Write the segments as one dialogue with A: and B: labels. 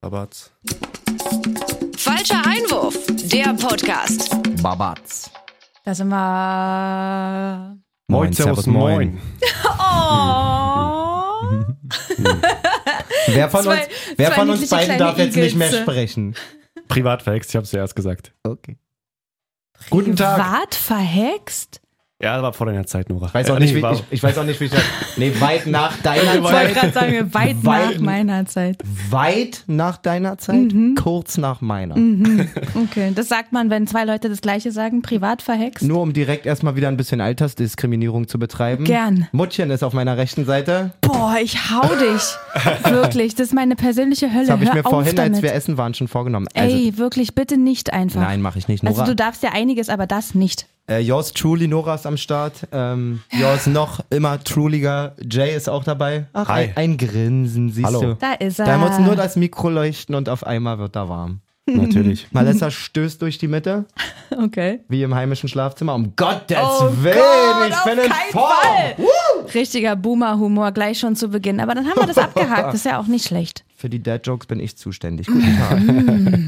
A: Babatz.
B: Falscher Einwurf, der Podcast.
C: Babatz.
D: Da sind wir.
A: Moin, Servus, moin.
D: Oh.
C: Wer von
D: Zwei-
C: uns, wer
D: zwei
C: von uns
D: niedliche
C: beiden
D: kleine
C: darf jetzt nicht mehr
D: Igelse.
C: sprechen?
A: Privat verhext, ich hab's ja erst gesagt.
C: Okay. Guten Tag.
D: Privat verhext?
A: Ja, war vor deiner Zeit, Nora.
C: Ich weiß
A: Äh,
C: auch nicht,
A: nee,
C: wie,
A: war-
C: ich, ich weiß auch nicht, wie ich das. Nee, weit nach
D: Ich
C: deiner
D: wollte
C: Zeit.
D: gerade sagen, weit nach
C: Weit-
D: meiner Zeit.
C: Weit nach deiner Zeit,
D: Mhm.
C: kurz nach meiner.
D: Okay, das sagt man, wenn zwei Leute das Gleiche sagen, privat verhext.
C: Nur um direkt erstmal wieder ein bisschen Altersdiskriminierung zu betreiben.
D: Gern.
C: Muttchen ist auf meiner rechten Seite.
D: Boah, ich hau dich. wirklich, das ist meine persönliche Hölle.
C: Das habe ich
D: Hör
C: mir
D: auf
C: vorhin,
D: damit.
C: als wir essen waren, schon vorgenommen. Also
D: Ey, wirklich, bitte nicht einfach.
C: nein, mache ich nicht. Nora,
D: also du darfst ja einiges, aber das nicht.
C: Äh, Yours Truly, Nora ist am Start. Ähm, Yours noch immer Truliger. Jay ist auch dabei. Ach,
A: Hi.
C: Ein, ein Grinsen, siehst
A: Hallo.
C: du.
D: Da ist er.
C: Da muss nur das Mikro leuchten und auf einmal wird da warm.
A: Natürlich.
C: Malessa stößt durch die Mitte,
D: Okay.
C: wie im heimischen Schlafzimmer. Um Gottes
D: Oh
C: Willen,
D: Gott,
C: ich
D: auf
C: bin in
D: keinen
C: Form.
D: Fall.
C: Uh!
D: Richtiger Boomer-Humor gleich schon zu Beginn. Aber dann haben wir das abgehakt. Das ist ja auch nicht schlecht.
C: Für die Dad-Jokes bin ich zuständig. Guten Tag.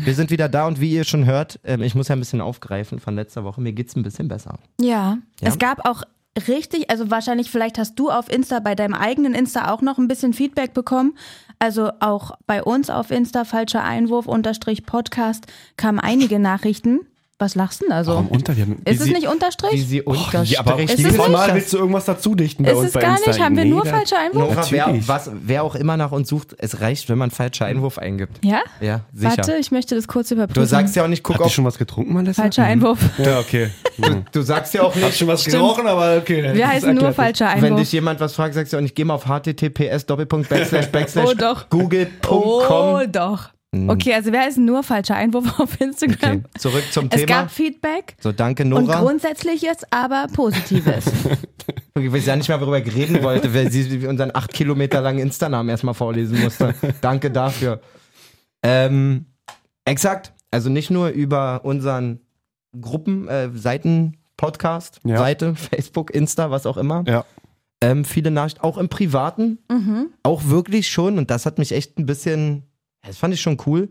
C: Wir sind wieder da und wie ihr schon hört, ähm, ich muss ja ein bisschen aufgreifen von letzter Woche. Mir geht's ein bisschen besser.
D: Ja.
C: Ja.
D: Es gab auch richtig, also wahrscheinlich, vielleicht hast du auf Insta bei deinem eigenen Insta auch noch ein bisschen Feedback bekommen. Also auch bei uns auf Insta, falscher Einwurf, unterstrich Podcast, kamen einige Nachrichten. Was lachst du denn da so?
A: Warum unter dir?
D: Ist es
A: Sie-
D: nicht
C: Wie
D: unterstrich?
C: sie unterstrich.
A: Oh, Ja, aber
D: Ist es
A: jedes
D: nicht?
A: Mal willst du irgendwas dazu dichten bei
D: Ist
A: uns
D: es
A: bei
D: gar
A: Insta.
D: nicht? Haben wir nur
A: da-
D: falscher Einwurf?
C: Nora, wer,
A: Natürlich.
C: was, wer auch immer nach uns sucht, es reicht, wenn man falscher Einwurf eingibt.
D: Ja?
C: Ja, sicher.
D: Warte, ich möchte das kurz überprüfen.
C: Du sagst Mhm. ja auch nicht, guck
A: Habt ihr
C: auf.
A: schon was getrunken, Malessa?
D: falscher Einwurf.
A: Ja, okay. Hm.
C: Du sagst ja auch
A: Hab
C: nicht.
A: schon was gerochen, aber okay.
D: Wir
A: Das
D: heißen nur
A: erklärt es.
D: falscher
C: Wenn
D: Einwurf.
C: dich jemand was fragt, sagst du auch nicht, geh mal auf https doppelpunkt backslash backslash
D: Oh, doch.
C: google.com.
D: oh, doch. Okay, also wer ist nur falscher Einwurf auf Instagram?
C: Mhm. Okay, zurück zum
D: Es
C: Thema.
D: gab Feedback
C: So, danke
D: und
C: Nora.
D: grundsätzliches, aber positives.
C: Ich weiß ja nicht mehr, worüber ich reden wollte, weil sie unseren acht Kilometer langen Insta-Namen erstmal vorlesen musste. Danke dafür. Ähm, exakt. Also nicht nur über unseren Gruppen, äh, Seiten, Podcast,
A: Ja.
C: Seite, Facebook, Insta, was auch immer.
A: Ja.
C: Ähm, viele Nachrichten, auch im Privaten,
D: mhm.
C: auch wirklich schon, und das hat mich echt ein bisschen, das fand ich schon cool,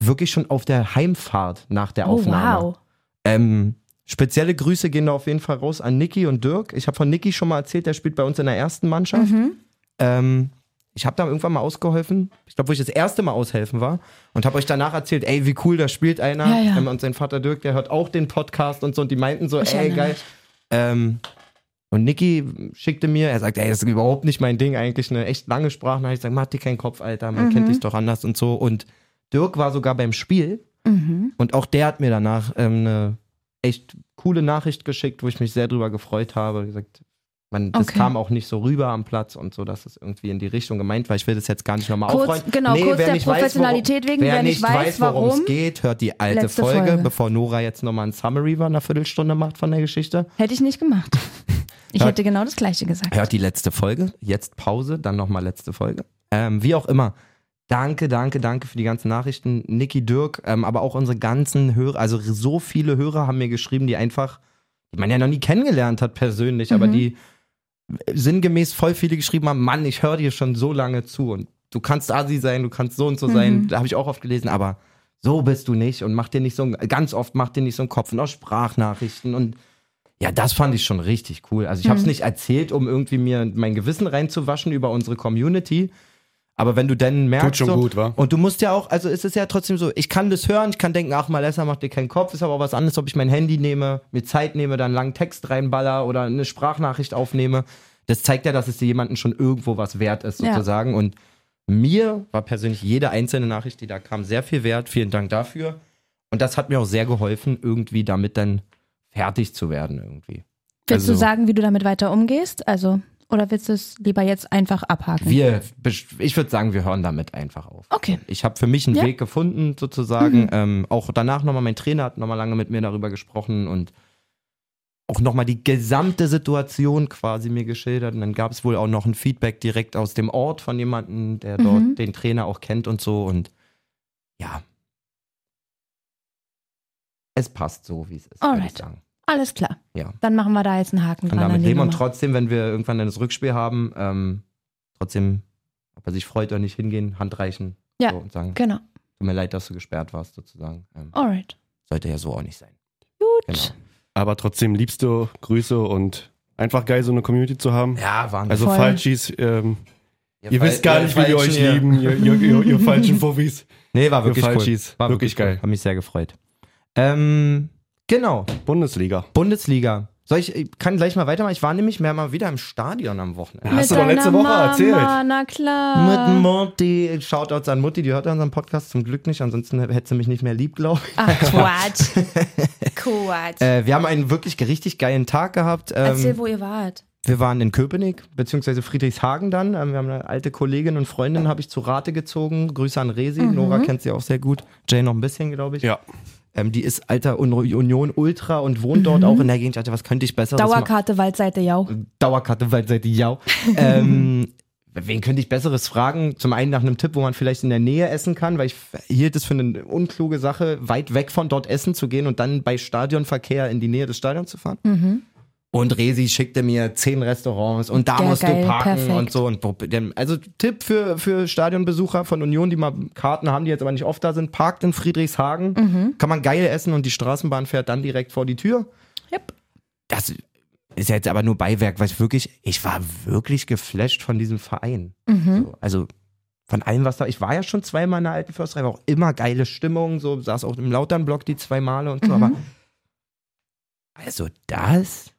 C: wirklich schon auf der Heimfahrt nach der
D: Oh,
C: Aufnahme.
D: wow.
C: Ähm, spezielle Grüße gehen da auf jeden Fall raus an Niki und Dirk. Ich habe von Niki schon mal erzählt, der spielt bei uns in der ersten Mannschaft.
D: Mhm.
C: Ähm, ich habe da irgendwann mal ausgeholfen. Ich glaube, wo ich das erste Mal aushelfen war. Und habe euch danach erzählt, ey, wie cool, da spielt einer.
D: Ja, ja.
C: Ähm, Und sein Vater Dirk, der hört auch den Podcast und so. Und die meinten so,
D: Ich
C: ey,
D: erinnere
C: geil. Ähm, und Niki schickte mir, er sagt, ey, das ist überhaupt nicht mein Ding, eigentlich eine echt lange Sprachnachricht. Ich sage, mach dir keinen Kopf, Alter, man kennt dich doch anders und so. Und Dirk war sogar beim Spiel.
D: Mhm.
C: Und auch der hat mir danach ähm, eine echt coole Nachricht geschickt, wo ich mich sehr drüber gefreut habe. Wie gesagt, man, das
D: Okay.
C: kam auch nicht so rüber am Platz und so, dass es irgendwie in die Richtung gemeint war. Ich will das jetzt gar nicht nochmal
D: Kurz,
C: aufräumen.
D: genau,
C: Nee,
D: kurz
C: wer
D: der
C: nicht weiß,
D: Professionalität
C: worum,
D: wegen, wer, nicht weiß,
C: worum
D: warum,
C: es geht, hört die alte
D: Letzte
C: Folge,
D: Folge.
C: bevor Nora jetzt nochmal ein Summary von einer Viertelstunde macht von der Geschichte.
D: hätte ich nicht gemacht. Ich
C: Hört-
D: hätte genau das Gleiche gesagt.
C: Hört die letzte Folge, jetzt Pause, dann nochmal letzte Folge. Ähm, wie auch immer. Danke, danke, danke für die ganzen Nachrichten. Niki, Dirk, ähm, aber auch unsere ganzen Hörer, also so viele Hörer haben mir geschrieben, die einfach, die man ja noch nie kennengelernt hat persönlich, aber
D: Mhm.
C: die sinngemäß voll viele geschrieben haben, Mann, ich höre dir schon so lange zu und du kannst Asi sein, du kannst so und so sein,
D: Mhm.
C: da habe ich auch oft gelesen, aber so bist du nicht und mach dir nicht so, ein- ganz oft mach dir nicht so einen Kopf und auch Sprachnachrichten und ja, das fand ich schon richtig cool. Also ich habe es nicht erzählt, um irgendwie mir mein Gewissen reinzuwaschen über unsere Community. Aber wenn du dann merkst,
A: Tut schon
C: so,
A: gut, wa?
C: und du musst ja auch, also es ist ja trotzdem so, ich kann das hören, ich kann denken, ach Malessa macht dir keinen Kopf, ist aber auch was anderes, ob ich mein Handy nehme, mir Zeit nehme, dann einen langen Text reinballer oder eine Sprachnachricht aufnehme. Das zeigt ja, dass es dir jemanden schon irgendwo was wert ist,
D: Ja.
C: sozusagen. Und mir war persönlich jede einzelne Nachricht, die da kam, sehr viel wert. Vielen Dank dafür. Und das hat mir auch sehr geholfen, irgendwie damit dann fertig zu werden, irgendwie.
D: Willst du
C: also-
D: sagen, wie du damit weiter umgehst? Also, oder willst du es lieber jetzt einfach abhaken?
C: Wir, ich würde sagen, wir hören damit einfach auf.
D: Okay.
C: Ich habe für mich einen
D: Ja. Mhm.
C: Weg gefunden, sozusagen. Ähm, auch danach nochmal, mein Trainer hat nochmal lange mit mir darüber gesprochen und auch nochmal die gesamte Situation quasi mir geschildert. Und dann gab es wohl auch noch ein Feedback direkt aus dem Ort von jemandem, der dort
D: Mhm.
C: den Trainer auch kennt und so. Und ja. Es passt so, wie es ist, würde ich
D: Alright.
C: sagen.
D: Alles klar.
C: Ja.
D: Dann machen wir da jetzt einen Haken
C: Und
D: dran. an
C: damit
D: die
C: leben und
D: Nummer.
C: trotzdem, wenn wir irgendwann dann das Rückspiel haben, ähm, trotzdem, ob er sich freut oder nicht, hingehen, Hand reichen.
D: Ja.
C: So, und sagen, tut
D: Genau.
C: mir leid, dass du gesperrt warst, sozusagen. Ähm,
D: Alright.
C: Sollte ja so auch nicht sein.
D: Oh. Gut.
C: Genau.
A: Aber trotzdem liebste Grüße und einfach geil, so eine Community zu haben.
C: Ja, Wahnsinn.
A: Also
D: Voll.
A: Falschis, ähm,
C: Ja,
A: ihr
C: weil-
A: wisst gar
C: ja,
A: nicht, wie wir
C: falschen
A: euch
C: hier.
A: lieben, ihr, ihr, ihr, ihr falschen Fuffis.
C: Nee, war wirklich
A: Für
C: cool.
A: Falschis.
C: War
A: Wirklich geil.
C: Cool. Hab mich sehr gefreut. Ähm, genau,
A: Bundesliga.
C: Bundesliga. Soll ich, ich kann gleich mal weitermachen. Ich war nämlich mehr mal wieder im Stadion am Wochenende.
A: Hast du doch
D: deiner
A: letzte Woche
D: Mama,
A: erzählt.
D: Na
C: Mit
D: klar.
C: Mutti. Shoutouts an Mutti, die hört unseren Podcast zum Glück nicht, ansonsten hätte sie mich nicht mehr lieb, glaube ich.
D: Ach, Quatsch. Quatsch.
C: Äh, wir haben einen wirklich richtig geilen Tag gehabt. Ähm,
D: Erzähl, wo ihr wart.
C: wir waren in Köpenick, beziehungsweise Friedrichshagen dann. Ähm, wir haben eine alte Kollegin und Freundin, habe ich zu Rate gezogen. Grüße an Resi. Nora kennt sie auch sehr gut. Jay noch ein bisschen, glaube ich.
A: Ja.
C: Ähm, die ist alter Un- Union Ultra und wohnt dort auch in der Gegend. Ich dachte, was könnte ich besseres machen?
D: Dauerkarte Waldseite Jau.
C: Dauerkarte, weil seid ihr jau. ähm, wen könnte ich besseres fragen? Zum einen nach einem Tipp, wo man vielleicht in der Nähe essen kann, weil ich f- hielt es für eine unkluge Sache, weit weg von dort essen zu gehen und dann bei Stadionverkehr in die Nähe des Stadions zu fahren.
D: Mhm.
C: Und Resi schickte mir zehn Restaurants und da
D: Ja,
C: musst
D: geil,
C: du parken
D: perfekt.
C: und so. Und wo- denn- also Tipp für, für Stadionbesucher von Union, die mal Karten haben, die jetzt aber nicht oft da sind, parkt in Friedrichshagen,
D: Mhm.
C: kann man geil essen und die Straßenbahn fährt dann direkt vor die Tür
D: Yep.
C: das ist ja jetzt aber nur Beiwerk, weil ich wirklich, ich war wirklich geflasht von diesem Verein.
D: Hm? Mhm,
C: So, also von allem, was da, ich war ja schon zweimal in der alten Försterei, war auch immer geile Stimmung, so saß auch im Lauternblock die zwei Male und so, aber also das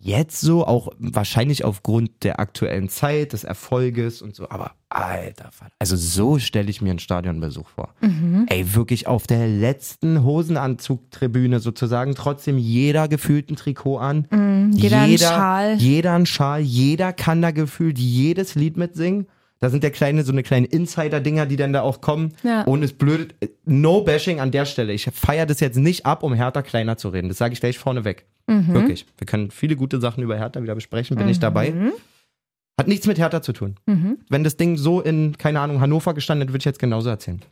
C: jetzt so, auch wahrscheinlich aufgrund der aktuellen Zeit, des Erfolges und so, aber alter Vater, also so stelle ich mir einen Stadionbesuch vor.
D: mhm,
C: Ey, wirklich auf der letzten Hosenanzugtribüne sozusagen, trotzdem jeder gefühlt ein Trikot an.
D: Mhm. Jeder, ein
C: Jeder-
D: Schal.
C: Jeder ein Schal, jeder kann da gefühlt jedes Lied mitsingen. Da sind ja kleine, so eine kleine Insider-Dinger, die dann da auch kommen.
D: Ja.
C: Und es blöd, no bashing an der Stelle. Ich feiere das jetzt nicht ab, um Hertha kleiner zu reden. Das sage ich gleich vorneweg.
D: Mhm.
C: Wirklich. Wir können viele gute Sachen über Hertha wieder besprechen, bin ich dabei. Hat nichts mit Hertha zu tun.
D: Mhm.
C: Wenn das Ding so in, keine Ahnung, Hannover gestanden hätte, würde ich jetzt genauso erzählen.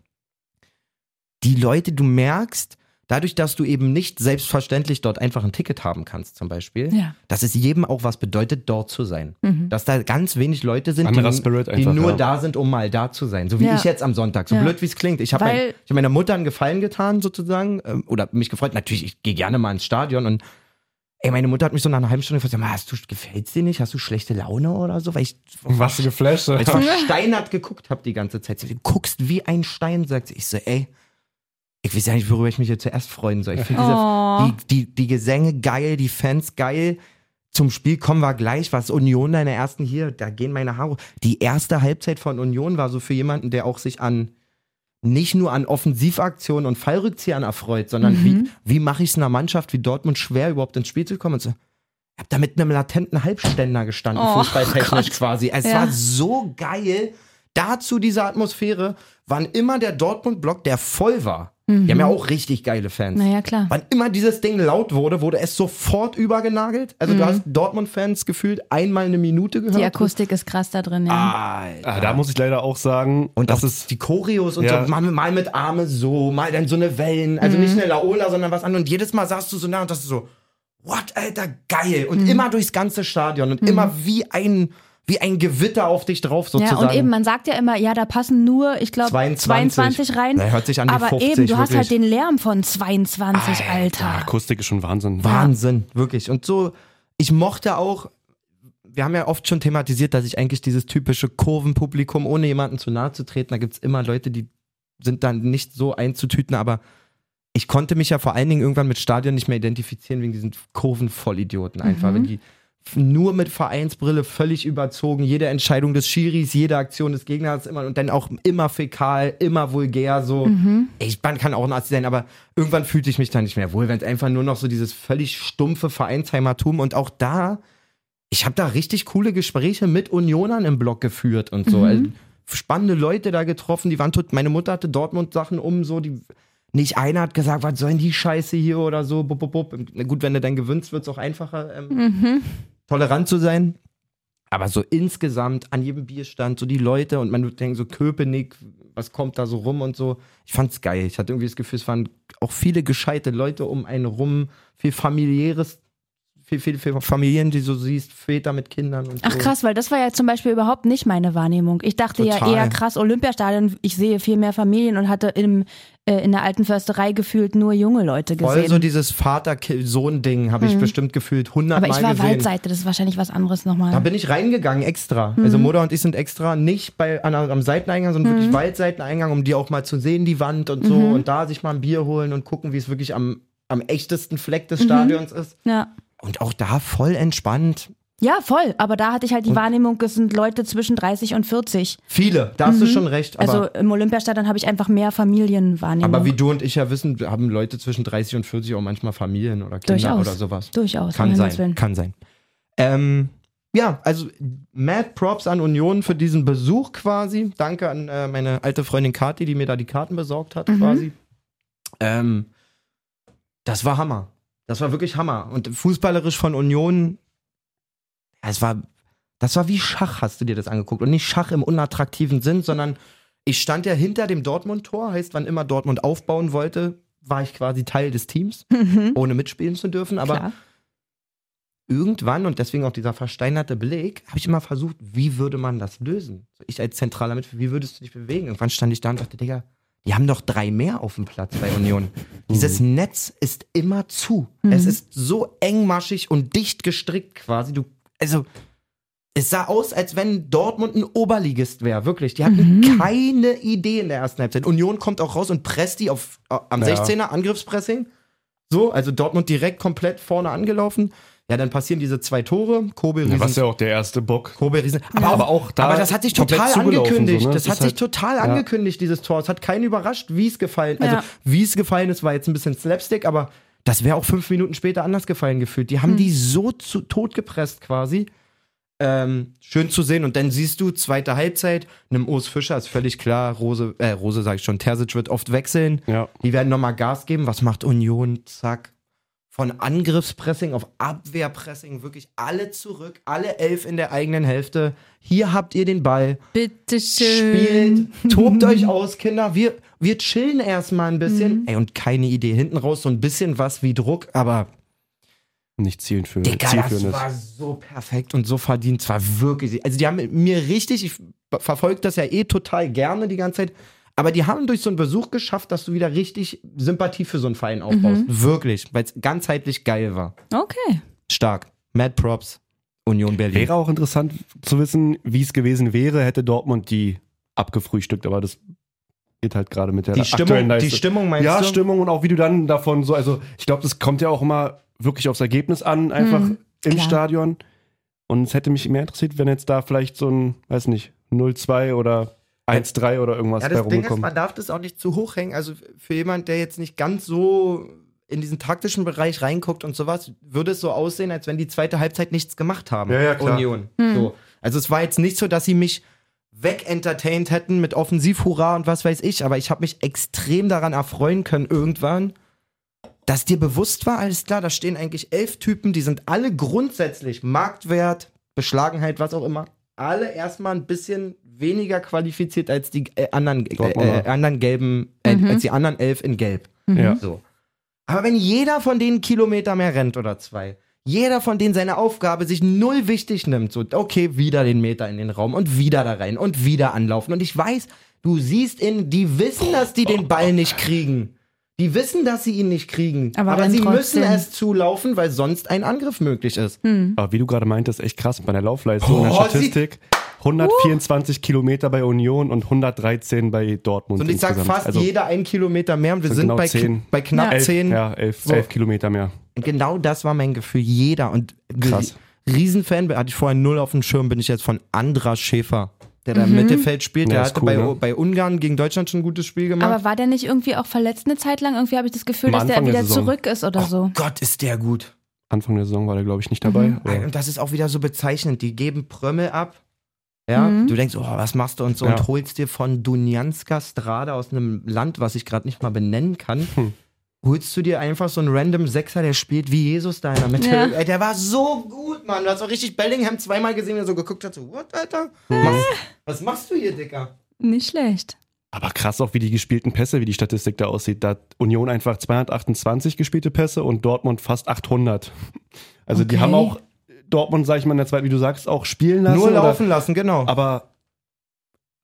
C: Die Leute, du merkst, dadurch, dass du eben nicht selbstverständlich dort einfach ein Ticket haben kannst, zum Beispiel,
D: Ja. Mhm.
C: dass es jedem auch was bedeutet, dort zu sein. Dass da ganz wenig Leute sind,
A: Anderer
C: die,
A: Spirit
C: die
A: einfach,
C: nur
A: ja.
C: da sind, um mal da zu sein. So wie
D: Ja.
C: ich jetzt am Sonntag. So
D: Ja.
C: blöd, wie es klingt. Ich habe
D: Weil-
C: mein, ich hab meiner Mutter einen Gefallen getan, sozusagen, ähm, oder mich gefreut. Natürlich, ich gehe gerne mal ins Stadion und Ey, meine Mutter hat mich so nach einer halben Stunde gefragt, sag mal, hast du, gefällt's dir nicht? Hast du schlechte Laune oder so? Weil ich
A: Was du geflasht.
C: weil ich versteinert geguckt habe die ganze Zeit. Sie, du guckst wie ein Stein, sagt sie. Ich so, ey, ich weiß ja nicht, worüber ich mich jetzt zuerst freuen soll. Ich finde
D: Oh.
C: diese, die, die, die Gesänge geil, die Fans geil. Zum Spiel kommen wir gleich, was Union deine ersten hier, da gehen meine Haare. hoch. Die erste Halbzeit von Union war so für jemanden, der auch sich an nicht nur an Offensivaktionen und Fallrückziehern erfreut, sondern
D: Mhm.
C: wie, wie mache ich es einer Mannschaft wie Dortmund schwer, überhaupt ins Spiel zu kommen? Und so, ich hab da mit einem latenten Halbständer gestanden,
D: Oh,
C: fußballtechnisch
D: Gott.
C: quasi. Es
D: Ja.
C: war so geil. Dazu diese Atmosphäre, wann immer der Dortmund-Block, der voll war, die
D: Mhm.
C: haben ja auch richtig geile Fans.
D: Naja, klar.
C: Wann immer dieses Ding laut wurde, wurde es sofort übergenagelt. Also du hast Dortmund-Fans gefühlt einmal eine Minute gehört.
D: Mhm. Die Akustik ist krass da drin, ja.
C: Alter.
A: Ah, da muss ich leider auch sagen,
C: Und
A: das
C: auch
A: ist
C: die Choreos und
A: Ja.
C: so, mal, mal mit Arme so, mal dann so eine Wellen.
D: Mhm.
C: Also nicht eine Laola, sondern was anderes. Und jedes Mal saßt du so nah und das ist so, what, Alter, geil.
D: Mhm.
C: Und immer durchs ganze Stadion und immer wie ein, wie ein Gewitter auf dich drauf sozusagen.
D: Ja, und eben, man sagt ja immer, ja, da passen nur, ich glaube, 22.
C: 22
D: rein.
C: Na, hört sich an wie
D: aber
C: 50,
D: eben, du hast
C: wirklich.
D: halt den Lärm von 22, Alter.
A: Akustik ist schon Wahnsinn.
C: Wahnsinn, wirklich. Und so, ich mochte auch, wir haben ja oft schon thematisiert, dass ich eigentlich dieses typische Kurvenpublikum, ohne jemanden zu nahe zu treten, da gibt es immer Leute, die sind dann nicht so einzutüten, aber ich konnte mich ja vor allen Dingen irgendwann mit Stadion nicht mehr identifizieren wegen diesen Kurvenvollidioten einfach, wenn die f- nur mit Vereinsbrille völlig überzogen, jede Entscheidung des Schiris, jede Aktion des Gegners immer und dann auch immer fäkal, immer vulgär so. Ich man kann auch ein Arzt sein, aber irgendwann fühlte ich mich da nicht mehr wohl, wenn es einfach nur noch so dieses völlig stumpfe Vereinsheimertum und auch da ich habe da richtig coole Gespräche mit Unionern im Block geführt und so. Also, spannende Leute da getroffen, die waren tot. Meine Mutter hatte Dortmund-Sachen um, so die. Nicht einer hat gesagt, was sollen die Scheiße hier oder so. Bub, bub, bub. Na gut, wenn du dann gewinnst, wird es auch einfacher, ähm,
D: Mhm.
C: tolerant zu sein. Aber so insgesamt an jedem Bierstand, so die Leute und man würde denken, so Köpenick, was kommt da so rum und so. Ich fand's geil. Ich hatte irgendwie das Gefühl, es waren auch viele gescheite Leute um einen rum, viel familiäres viel, viel, viel Familien, die du siehst, Väter mit Kindern und
D: Ach
C: so.
D: krass, weil das war ja zum Beispiel überhaupt nicht meine Wahrnehmung. Ich dachte
C: Total.
D: ja eher krass Olympiastadion, ich sehe viel mehr Familien und hatte im, äh, in der alten Försterei gefühlt nur junge Leute
C: Voll
D: gesehen. Hm.
C: so dieses Vater-Sohn-Ding habe ich bestimmt gefühlt
D: Aber
C: hundertmal
D: ich war
C: gesehen.
D: Waldseite, das ist wahrscheinlich was anderes
C: Da
D: nochmal.
C: bin ich reingegangen extra.
D: Mhm.
C: Also Mutter und ich sind extra nicht bei, an, am Seiteneingang, sondern wirklich Waldseiteneingang, um die auch mal zu sehen, die Wand und so.
D: Mhm.
C: Und da sich mal ein Bier holen und gucken, wie es wirklich am, am echtesten Fleck
D: Mhm.
C: des Stadions ist.
D: Ja.
C: Und auch da voll entspannt.
D: ja, voll. Aber da hatte ich halt die Wahrnehmung, es sind Leute zwischen 30 und 40.
C: Viele, da hast du schon recht. Aber,
D: Also im Olympiastadion habe ich einfach mehr Familienwahrnehmung.
C: aber wie du und ich ja wissen, haben Leute zwischen 30 und 40 auch manchmal Familien oder Kinder
D: Durchaus.
C: oder sowas.
D: Durchaus. um
C: Kann
D: Himmels
C: sein,
D: Willen.
C: kann sein. Ähm, ja, also mad Props an Union für diesen Besuch quasi. Danke an äh, meine alte Freundin Kathi, die mir da die Karten besorgt hat quasi. Ähm, das war Hammer. Das war wirklich Hammer. Und fußballerisch von Union, ja, es war, das war wie Schach, hast du dir das angeguckt. Und nicht Schach im unattraktiven Sinn, sondern ich stand ja hinter dem Dortmund-Tor, heißt, wann immer Dortmund aufbauen wollte, war ich quasi Teil des Teams, ohne mitspielen zu dürfen. Aber
D: Mhm. Klar.
C: irgendwann, und deswegen auch dieser versteinerte Blick, habe ich immer versucht, wie würde man das lösen? So, Ich als zentraler Mitspieler, wie würdest du dich bewegen? Irgendwann stand ich da und dachte, Digga, die haben doch drei mehr auf dem Platz bei Union. Dieses Netz ist immer zu. Es ist so engmaschig und dicht gestrickt quasi. Du, also, es sah aus, als wenn Dortmund ein Oberligist wäre, wirklich. Die hatten keine Idee in der ersten Halbzeit. Union kommt auch raus und presst die auf, äh, am
A: Ja.
C: 16er, Angriffspressing. So, also Dortmund direkt komplett vorne angelaufen. Ja, dann passieren diese zwei Tore. Kobe
A: Ja,
C: Riesen.
A: was ja auch der erste Bock.
C: Kobe Riesen. Aber,
A: Aber auch da
C: aber das hat sich
A: komplett
C: total
A: zugelaufen,
C: angekündigt.
A: so, ne?
C: Das
A: Ist
C: hat sich
A: halt-
C: total
A: ja.
C: angekündigt, dieses Tor. Es hat keinen überrascht, wie es gefallen Also,
D: Ja.
C: wie es gefallen ist, war jetzt ein bisschen Slapstick, aber das wäre auch fünf Minuten später anders gefallen gefühlt. Die haben die so zu, tot gepresst quasi. Ähm, schön zu sehen. Und dann siehst du, zweite Halbzeit, nimm Urs Fischer, ist völlig klar. Rose, äh, Rose sage ich schon, Terzic wird oft wechseln.
A: Ja.
C: Die werden nochmal Gas geben. Was macht Union? Zack. Von Angriffspressing auf Abwehrpressing, wirklich alle zurück, alle elf in der eigenen Hälfte. Hier habt ihr den Ball.
D: Bitte schön.
C: Spielt, tobt euch aus, Kinder. Wir, wir chillen erstmal ein bisschen. Ey, und keine Idee. Hinten raus so ein bisschen was wie Druck, aber
A: Nicht zielführend.
C: Digga, das
A: zielführendes.
C: war so perfekt und so verdient. Es war wirklich. Also, die haben mir richtig, ich verfolge das ja eh total gerne die ganze Zeit, aber die haben durch so einen Besuch geschafft, dass du wieder richtig Sympathie für so einen Verein aufbaust. Wirklich, weil es ganzheitlich geil war.
D: Okay.
C: Stark. Mad Props, Union Berlin.
A: Wäre auch interessant zu wissen, wie es gewesen wäre, hätte Dortmund die abgefrühstückt, aber das geht halt gerade mit der
C: Die
A: aktuellen
C: Stimmung, die
A: Leistung.
C: Stimmung meinst
A: ja,
C: du?
A: Stimmung und auch wie du dann davon so, also ich glaube, das kommt ja auch immer wirklich aufs Ergebnis an, einfach
D: Mhm,
A: im
D: klar.
A: Stadion. Und es hätte mich mehr interessiert, wenn jetzt da vielleicht so ein, weiß nicht, 0-2 oder 1-3 oder irgendwas
C: Ja,
A: bei
C: das Ding ist,
A: rumgekommen.
C: man darf das auch nicht zu hoch hängen. Also für jemand, der jetzt nicht ganz so in diesen taktischen Bereich reinguckt und sowas, würde es so aussehen, als wenn die zweite Halbzeit nichts gemacht haben.
A: Ja, ja, klar.
C: Union. So. Also es war jetzt nicht so, dass sie mich wegentertained hätten mit Offensivhurra und was weiß ich, aber ich habe mich extrem daran erfreuen können irgendwann, dass dir bewusst war, alles klar, da stehen eigentlich elf Typen, die sind alle grundsätzlich Marktwert, Beschlagenheit, was auch immer, alle erstmal ein bisschen weniger qualifiziert als die äh, anderen, äh,
A: Dortmunder.
C: äh, anderen gelben, äh, als die anderen elf in gelb.
A: ja.
C: So. Aber wenn jeder von denen einen Kilometer mehr rennt oder zwei, jeder von denen seine Aufgabe sich null wichtig nimmt, so, okay, wieder den Meter in den Raum und wieder da rein und wieder anlaufen. Und ich weiß, du siehst in, die wissen, dass die den Ball nicht kriegen. Die wissen, dass sie ihn nicht kriegen.
D: Aber
C: Aber,
D: dann
C: sie
D: trotzdem. Hm.
C: müssen es zulaufen, weil sonst ein Angriff möglich ist.
A: Aber wie du gerade meintest, echt krass bei der Laufleistung und der
C: Mhm. Oh, sie-
A: Statistik. 124 Kilometer bei Union und 113 bei Dortmund.
C: Und ich sag
A: insgesamt.
C: fast
A: also
C: jeder einen Kilometer mehr und wir
A: So
C: sind
A: genau
C: bei,
A: zehn.
C: bei knapp
A: elf,
C: zehn.
A: Ja, 11
C: So.
A: Kilometer mehr.
C: Genau das war mein Gefühl. Jeder und
A: Krass.
C: Riesenfan hatte ich vorher null auf dem Schirm, bin ich jetzt von Andras Schäfer, der da im
D: Mhm.
C: Mittelfeld spielt.
A: Ja,
C: der
A: ist
C: hatte
A: cool,
C: bei,
A: ne?
C: bei Ungarn gegen Deutschland schon ein gutes Spiel gemacht.
D: Aber war der nicht irgendwie auch verletzt eine Zeit lang? Irgendwie habe ich das Gefühl,
A: Am
D: dass der
A: Anfang der
D: wieder
A: Saison.
D: zurück ist oder so.
C: Gott, ist der gut.
A: Anfang der Saison war der, glaube ich, nicht dabei. aber-
C: Und das ist auch wieder so bezeichnend. Die geben Prömmel ab. Ja, du denkst, oh, was machst du und so
A: Ja.
C: und holst dir von Dunjanska Strada aus einem Land, was ich gerade nicht mal benennen kann,
A: Hm.
C: holst du dir einfach so einen random Sechser, der spielt wie Jesus da in der Mitte.
D: Ja.
C: Ey, der war so gut, Mann. Du hast auch richtig Bellingham
A: Hm.
C: zweimal gesehen, der so geguckt hat, so, what, Alter? Was, was machst du hier, Dicker?
D: Nicht schlecht.
A: Aber krass auch, wie die gespielten Pässe, wie die Statistik da aussieht. Da hat Union einfach 228 gespielte Pässe und Dortmund fast 800. Also die
D: Okay.
A: haben auch Dortmund, sag ich mal, in der zweiten, wie du sagst, auch spielen lassen.
C: Nur
A: oder-
C: laufen lassen, genau.
A: Aber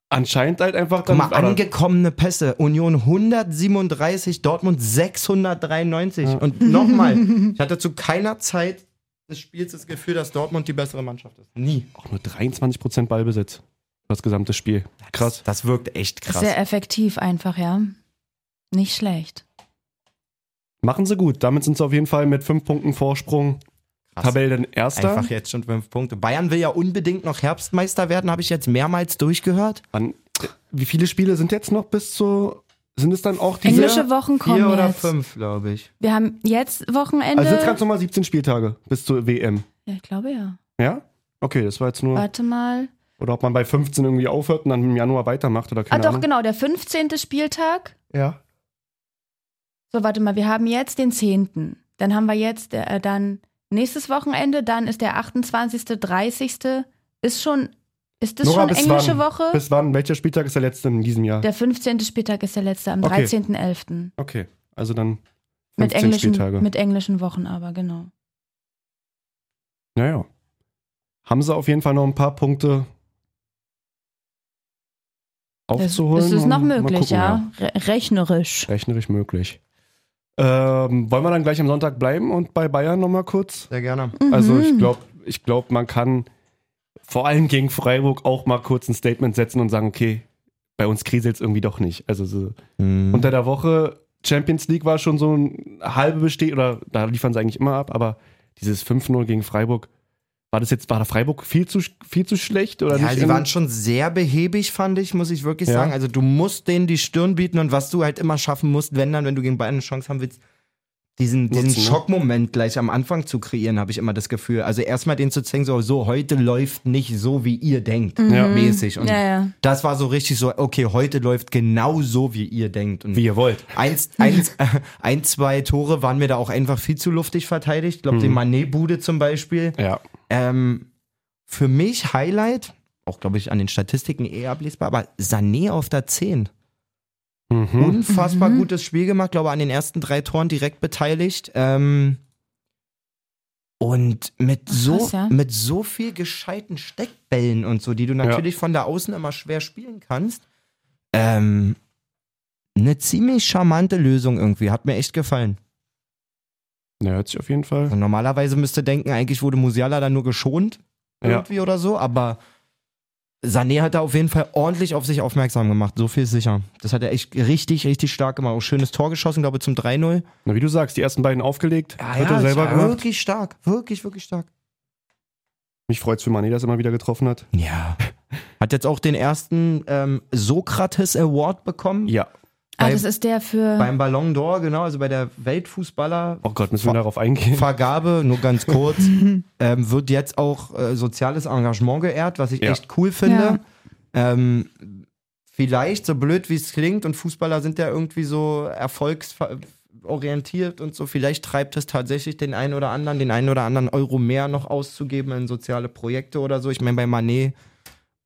A: anscheinend halt einfach
C: Guck mal,
A: aber-
C: angekommene Pässe. Union 137, Dortmund 693. Und nochmal, ich hatte zu keiner Zeit des Spiels das Gefühl, dass Dortmund die bessere Mannschaft ist. Nie. Oh,
A: auch nur 23% Ballbesitz. Das gesamte Spiel. Krass.
C: Das wirkt echt krass.
D: Sehr effektiv einfach, ja. Nicht schlecht.
A: Machen sie gut. Damit sind sie auf jeden Fall mit fünf Punkten Vorsprung
C: krass.
A: Tabellenerster.
C: Einfach jetzt schon fünf Punkte. Bayern will ja unbedingt noch Herbstmeister werden, habe ich jetzt mehrmals durchgehört.
A: An, wie viele Spiele sind jetzt noch bis zu. Sind es dann auch diese.
D: Englische Wochen kommen
C: Vier oder
D: jetzt.
C: fünf, glaube ich.
D: Wir haben jetzt Wochenende.
A: Also sind es ganz normal 17 Spieltage bis zur WM.
D: ja, ich glaube ja.
A: Ja? Okay, das war jetzt nur.
D: Warte mal.
A: Oder ob man bei 15 irgendwie aufhört und dann im Januar weitermacht oder
D: Ah,
A: keine
D: doch,
A: Ahnung.
D: genau, der 15. Spieltag.
A: Ja.
D: So, warte mal, wir haben jetzt den 10. Dann haben wir jetzt äh, dann nächstes Wochenende, dann ist der 28., 30. Ist schon, ist das
A: Nora,
D: schon
A: bis
D: englische
A: wann?
D: Woche?
A: Bis wann? Welcher Spieltag ist der letzte in diesem Jahr?
D: der 15. Spieltag ist der letzte, am
A: Okay.
D: 13.11.
A: okay, also dann 15
D: Mit
A: Spieltage.
D: englischen, mit englischen Wochen aber, genau.
A: Naja. Haben sie auf jeden Fall noch ein paar Punkte
D: Das,
A: aufzuholen.
D: das ist noch
A: und mal
D: möglich,
A: gucken,
D: ja. Re rechnerisch.
A: Rechnerisch möglich. Ähm, wollen wir dann gleich am Sonntag bleiben und bei Bayern nochmal kurz?
C: Sehr gerne.
A: Also ich
D: Mhm.
A: glaube, ich glaub, man kann vor allem gegen Freiburg auch mal kurz ein Statement setzen und sagen, okay, bei uns kriselt es irgendwie doch nicht. Also so, unter der Woche Champions League war schon so ein halbe Besteh oder da liefern sie eigentlich immer ab, aber dieses 5-0 gegen Freiburg, war das jetzt, war da Freiburg viel zu, viel zu schlecht oder
C: Ja,
A: nicht?
C: die
A: in-
C: waren schon sehr behäbig, fand ich, muss ich wirklich
A: Ja.
C: sagen. Also du musst denen die Stirn bieten und was du halt immer schaffen musst, wenn dann, wenn du gegen Bayern eine Chance haben willst, diesen, diesen
A: Nutzen, ne?
C: Schockmoment gleich am Anfang zu kreieren, habe ich immer das Gefühl. Also erstmal denen zu zeigen, so, so heute läuft nicht so, wie ihr denkt,
A: Ja.
C: mäßig. Und
D: Mhm. Ja, ja.
C: das war so richtig so, okay, heute läuft genau so, wie ihr denkt. Und
A: wie ihr wollt.
C: Eins, eins, äh, ein, zwei Tore waren mir da auch einfach viel zu luftig verteidigt. Ich glaube,
A: Mhm.
C: die Manet-Bude zum Beispiel.
A: Ja.
C: Ähm, für mich Highlight, auch glaube ich an den Statistiken eher ablesbar, aber Sané auf der 10.
D: Hm.
A: Mhm.
C: Unfassbar gutes Spiel gemacht, glaube an den ersten drei Toren direkt beteiligt. Ähm, und mit so,
D: krass, ja.
C: mit so viel gescheiten Steckbällen und so, die du natürlich von da außen immer schwer spielen kannst, ähm, eine ziemlich charmante Lösung irgendwie. Hat mir echt gefallen.
A: Na, hört sich auf jeden Fall.
C: Also normalerweise müsste denken, eigentlich wurde Musiala dann nur geschont
A: Ja.
C: irgendwie oder so, aber Sané hat da auf jeden Fall ordentlich auf sich aufmerksam gemacht. So viel ist sicher. Das hat er echt richtig, richtig stark gemacht. Auch schönes Tor geschossen, glaube ich, zum 3-0.
A: Na, wie du sagst, die ersten beiden aufgelegt, dritte
C: das
A: selber
C: war
A: gemacht.
C: wirklich stark. Wirklich, wirklich stark.
A: Mich freut's für Mané, dass er mal wieder getroffen hat.
C: Ja. Hat jetzt auch den ersten ähm, Sokrates Award bekommen.
A: Ja.
D: Ah,
C: Bei-
D: das ist der für.
C: Beim Ballon d'Or, genau, also bei der Weltfußballer
A: Oh Gott, müssen wir darauf eingehen?
C: Vergabe, nur ganz kurz, ähm, wird jetzt auch äh, soziales Engagement geehrt, was ich
A: Ja.
C: echt cool finde. Ähm, vielleicht, so blöd wie es klingt, und Fußballer sind ja irgendwie so erfolgsorientiert und so, vielleicht treibt es tatsächlich den einen oder anderen, den einen oder anderen Euro mehr noch auszugeben in soziale Projekte oder so. Ich meine, bei Manet.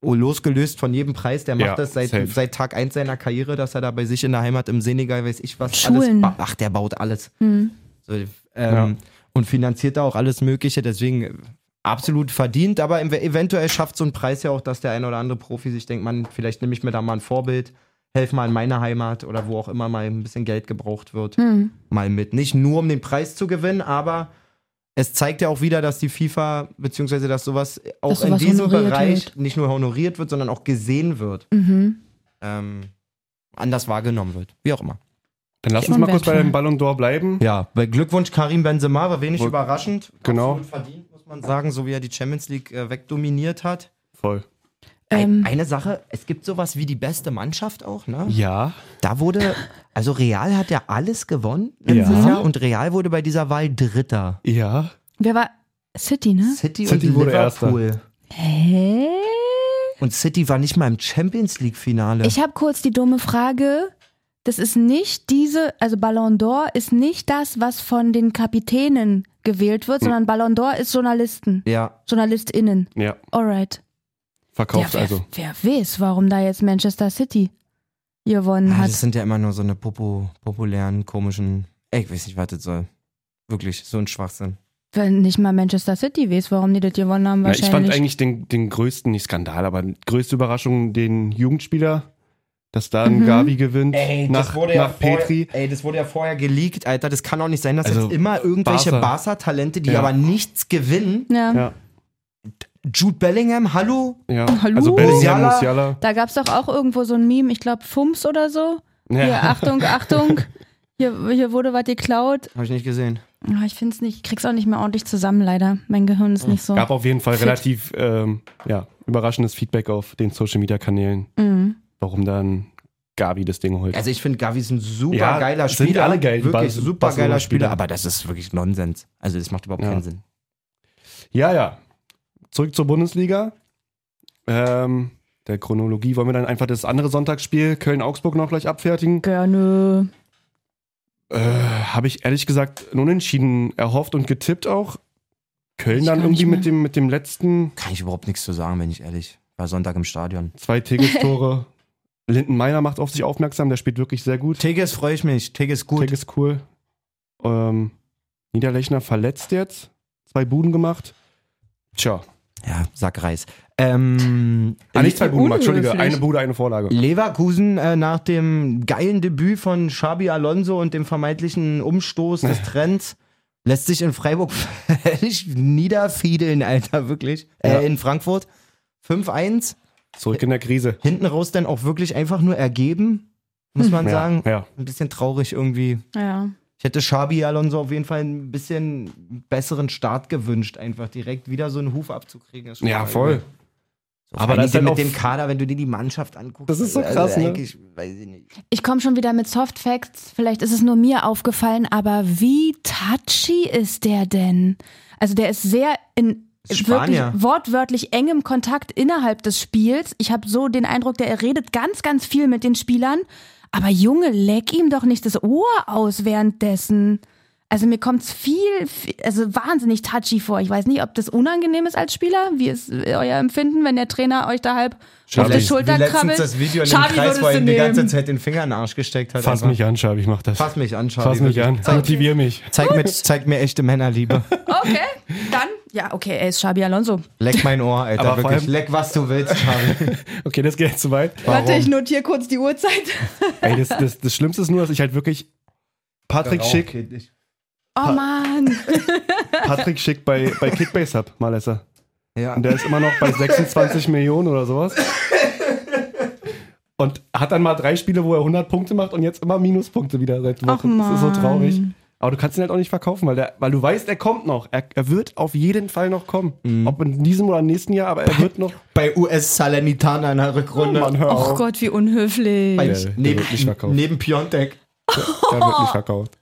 C: Oh, losgelöst von jedem Preis, der macht
A: Ja,
C: das seit,
A: safe.
C: seit Tag 1 seiner Karriere, dass er da bei sich in der Heimat im Senegal, weiß ich was,
D: Schulen.
C: alles. ba- Ach, der baut alles.
D: Hm.
C: So, ähm, Und finanziert da auch alles Mögliche, deswegen äh, absolut verdient, aber ev eventuell schafft so ein Preis ja auch, dass der ein oder andere Profi sich denkt, man, vielleicht nehme ich mir da mal ein Vorbild, helf mal in meiner Heimat oder wo auch immer mal ein bisschen Geld gebraucht wird,
D: Hm.
C: mal mit. Nicht nur um den Preis zu gewinnen, aber es zeigt ja auch wieder, dass die FIFA, beziehungsweise dass sowas auch
D: Dass
C: in
D: sowas
C: diesem
D: honoriert
C: Bereich
D: wird.
C: nicht nur honoriert wird, sondern auch gesehen wird,
D: Mhm.
C: ähm, anders wahrgenommen wird, wie auch immer.
A: Dann lass
D: Ja.
A: uns mal kurz bei
D: Wertvoll.
A: dem Ballon d'Or bleiben.
C: Ja, bei Glückwunsch Karim Benzema war wenig
A: Wohl-
C: überraschend.
A: Genau.
C: Absolut verdient, muss man sagen, so wie er die Champions League äh, wegdominiert hat.
A: Voll.
D: Ähm,
C: Ein, eine Sache, es gibt sowas wie die beste Mannschaft auch, ne?
A: Ja.
C: Da wurde, also Real hat ja alles gewonnen letztes
A: Ja.
C: Jahr
D: Mhm.
C: und Real wurde bei dieser Wahl Dritter.
A: Ja.
D: wer war. City, ne?
C: City,
A: City
C: und
A: wurde
C: Liverpool.
D: Hä?
C: Und City war nicht mal im Champions League-Finale.
D: Ich habe kurz die dumme Frage. Das ist nicht diese, also Ballon d'Or ist nicht das, was von den Kapitänen gewählt
A: Hm.
D: wird, sondern Ballon d'Or ist Journalisten,
C: Ja,
D: JournalistInnen.
A: Ja.
D: Alright.
A: Verkauft
D: wer,
A: also.
D: wer weiß, warum da jetzt Manchester City gewonnen
C: Ah,
D: Mhm. hat.
C: das sind ja immer nur so eine popo, populären, komischen. Ey, ich weiß nicht, was das soll. Wirklich, so ein Schwachsinn.
D: Wenn nicht mal Manchester City weiß, warum die das gewonnen haben,
A: Na, ich fand
D: wahrscheinlich.
A: eigentlich den, den größten, nicht Skandal, aber größte Überraschung den Jugendspieler, dass da ein
D: Mhm.
A: Gavi gewinnt nach, nach Petri.
C: ey, das wurde ja vorher geleakt, Alter. Das kann doch nicht sein, dass
A: Also,
C: jetzt immer irgendwelche
A: Barca-
C: Barca-Talente, die
A: Ja.
C: aber nichts gewinnen.
D: ja.
A: Ja,
C: Jude Bellingham, hallo?
A: ja.
D: Hm, Hallo?
A: Also Bellingham,
C: Musiala.
A: Musiala.
D: Da gab es doch auch irgendwo so ein Meme, ich glaube Fums oder so. Hier,
A: Ja.
D: Achtung, Achtung. Hier, hier wurde was geklaut.
C: Habe ich nicht gesehen.
D: Ah, Ich finde es nicht, ich krieg's auch nicht mehr ordentlich zusammen, leider. Mein Gehirn ist nicht so.
A: Gab auf jeden Fall
D: Fit.
A: relativ ähm, ja, überraschendes Feedback auf den Social Media Kanälen,
D: Mhm.
A: warum dann Gavi das Ding holt.
C: Also ich finde, Gavi ist ein super
A: Ja,
C: geiler
A: sind
C: Spieler.
A: alle geil, die
C: Wirklich
A: Bas-
C: super geiler
A: Barcelona-Spieler.
C: Spieler. Aber das ist wirklich Nonsens. Also das macht überhaupt
A: Ja.
C: keinen Sinn.
A: Ja, ja. Zurück zur Bundesliga. Ähm, der Chronologie wollen wir dann einfach das andere Sonntagsspiel Köln-Augsburg noch gleich abfertigen.
D: Gerne.
A: Äh, Habe ich ehrlich gesagt ein Unentschieden erhofft und getippt auch. Köln
D: Ich
A: dann
D: gar
A: irgendwie
D: nicht
A: mit dem, mit dem letzten
C: Kann ich überhaupt nichts zu sagen, wenn ich ehrlich. War Sonntag im Stadion.
A: zwei Tegels-Tore. Linden Meiner macht auf sich aufmerksam, der spielt wirklich sehr gut.
C: Tigges freue ich mich. Tigges gut.
A: Teg ist cool. Ähm, Niederlechner verletzt jetzt. Zwei Buden gemacht. Tja.
C: Ja, Sackreis. Ähm,
A: Ah, nicht zwei Buden gemacht, Entschuldige.
D: unhöflich.
A: Eine Bude, eine Vorlage.
C: Leverkusen äh, nach dem geilen Debüt von Xabi Alonso und dem vermeintlichen Umstoß des Trends lässt sich in Freiburg völlig niederfiedeln, Alter, wirklich.
A: Ja.
C: Äh, in Frankfurt 5-1.
A: Zurück in der Krise.
C: Hinten raus dann auch wirklich einfach nur ergeben, muss man
A: Hm. Ja,
C: sagen.
A: ja.
C: Ein bisschen traurig irgendwie.
D: Ja.
C: Ich hätte Xabi Alonso auf jeden Fall ein bisschen besseren Start gewünscht, einfach direkt wieder so einen Huf abzukriegen. ist schon
A: Ja,
C: mal
A: voll.
C: übel. So,
A: Aber
C: aber
A: das
C: das
A: ist halt
C: mit
A: auch-
C: dem Kader, wenn du dir die Mannschaft anguckst. also,
A: Das ist so krass, ne?
C: eigentlich, Weiß ich nicht.
D: Ich komme schon wieder mit Softfacts. Vielleicht ist es nur mir aufgefallen, aber wie touchy ist der denn? Also der ist sehr in
C: Ist
D: wirklich
C: Spanier.
D: wortwörtlich engem Kontakt innerhalb des Spiels. Ich habe so den Eindruck, der er redet ganz, ganz viel mit den Spielern. Aber Junge, leck ihm doch nicht das Ohr aus währenddessen. Also mir kommt's viel, viel, also wahnsinnig touchy vor. Ich weiß nicht, ob das unangenehm ist als Spieler. Wie ist euer Empfinden, wenn der Trainer euch da halb auf die
A: Letztens-
D: Schulter krabbelt?
C: das Video in dem
D: Xavi
C: Kreis,
D: würdest
C: wo er
D: du
C: ihm die ganze
D: nehmen.
C: Zeit den Finger in den Arsch gesteckt hat.
A: Fass
C: einfach.
A: mich an, Schabi, ich mach das.
C: Fass mich an, Xavi.
A: Fass mich an. Motivier mich.
C: Zeig mir, zeig mir echte Männerliebe.
D: Okay, dann. Ja, okay, er ist Xabi Alonso.
C: Leck mein Ohr, Alter,
A: Aber vor
C: wirklich.
A: allem-
C: Leck, was du willst, Xavi.
A: Okay, das geht jetzt zu weit.
D: Warte, ich notiere kurz die Uhrzeit.
A: Ey, das, das, das Schlimmste ist nur, dass ich halt wirklich Patrick Schick,
D: Oh Mann.
A: Patrick Schick bei, bei Kickbase hab, Malessa.
C: Ja.
A: Und der ist immer noch bei 26 Millionen oder sowas. Und hat dann mal drei Spiele, wo er 100 Punkte macht und jetzt immer Minuspunkte wieder seit
D: Ach,
A: Wochen. Das ist so
D: Mann.
A: traurig. Aber du kannst ihn halt auch nicht verkaufen, weil, der, weil du weißt, er kommt noch. Er, er wird auf jeden Fall noch kommen. Ob in diesem oder nächsten Jahr, aber er wird noch.
C: Bei US Salernitana in der Rückrunde.
A: hör
D: Oh Gott, wie unhöflich.
A: Der- der
C: neben,
A: wird nicht verkauft.
C: neben Piontek.
A: Er wird
D: Oh.
A: nicht verkauft.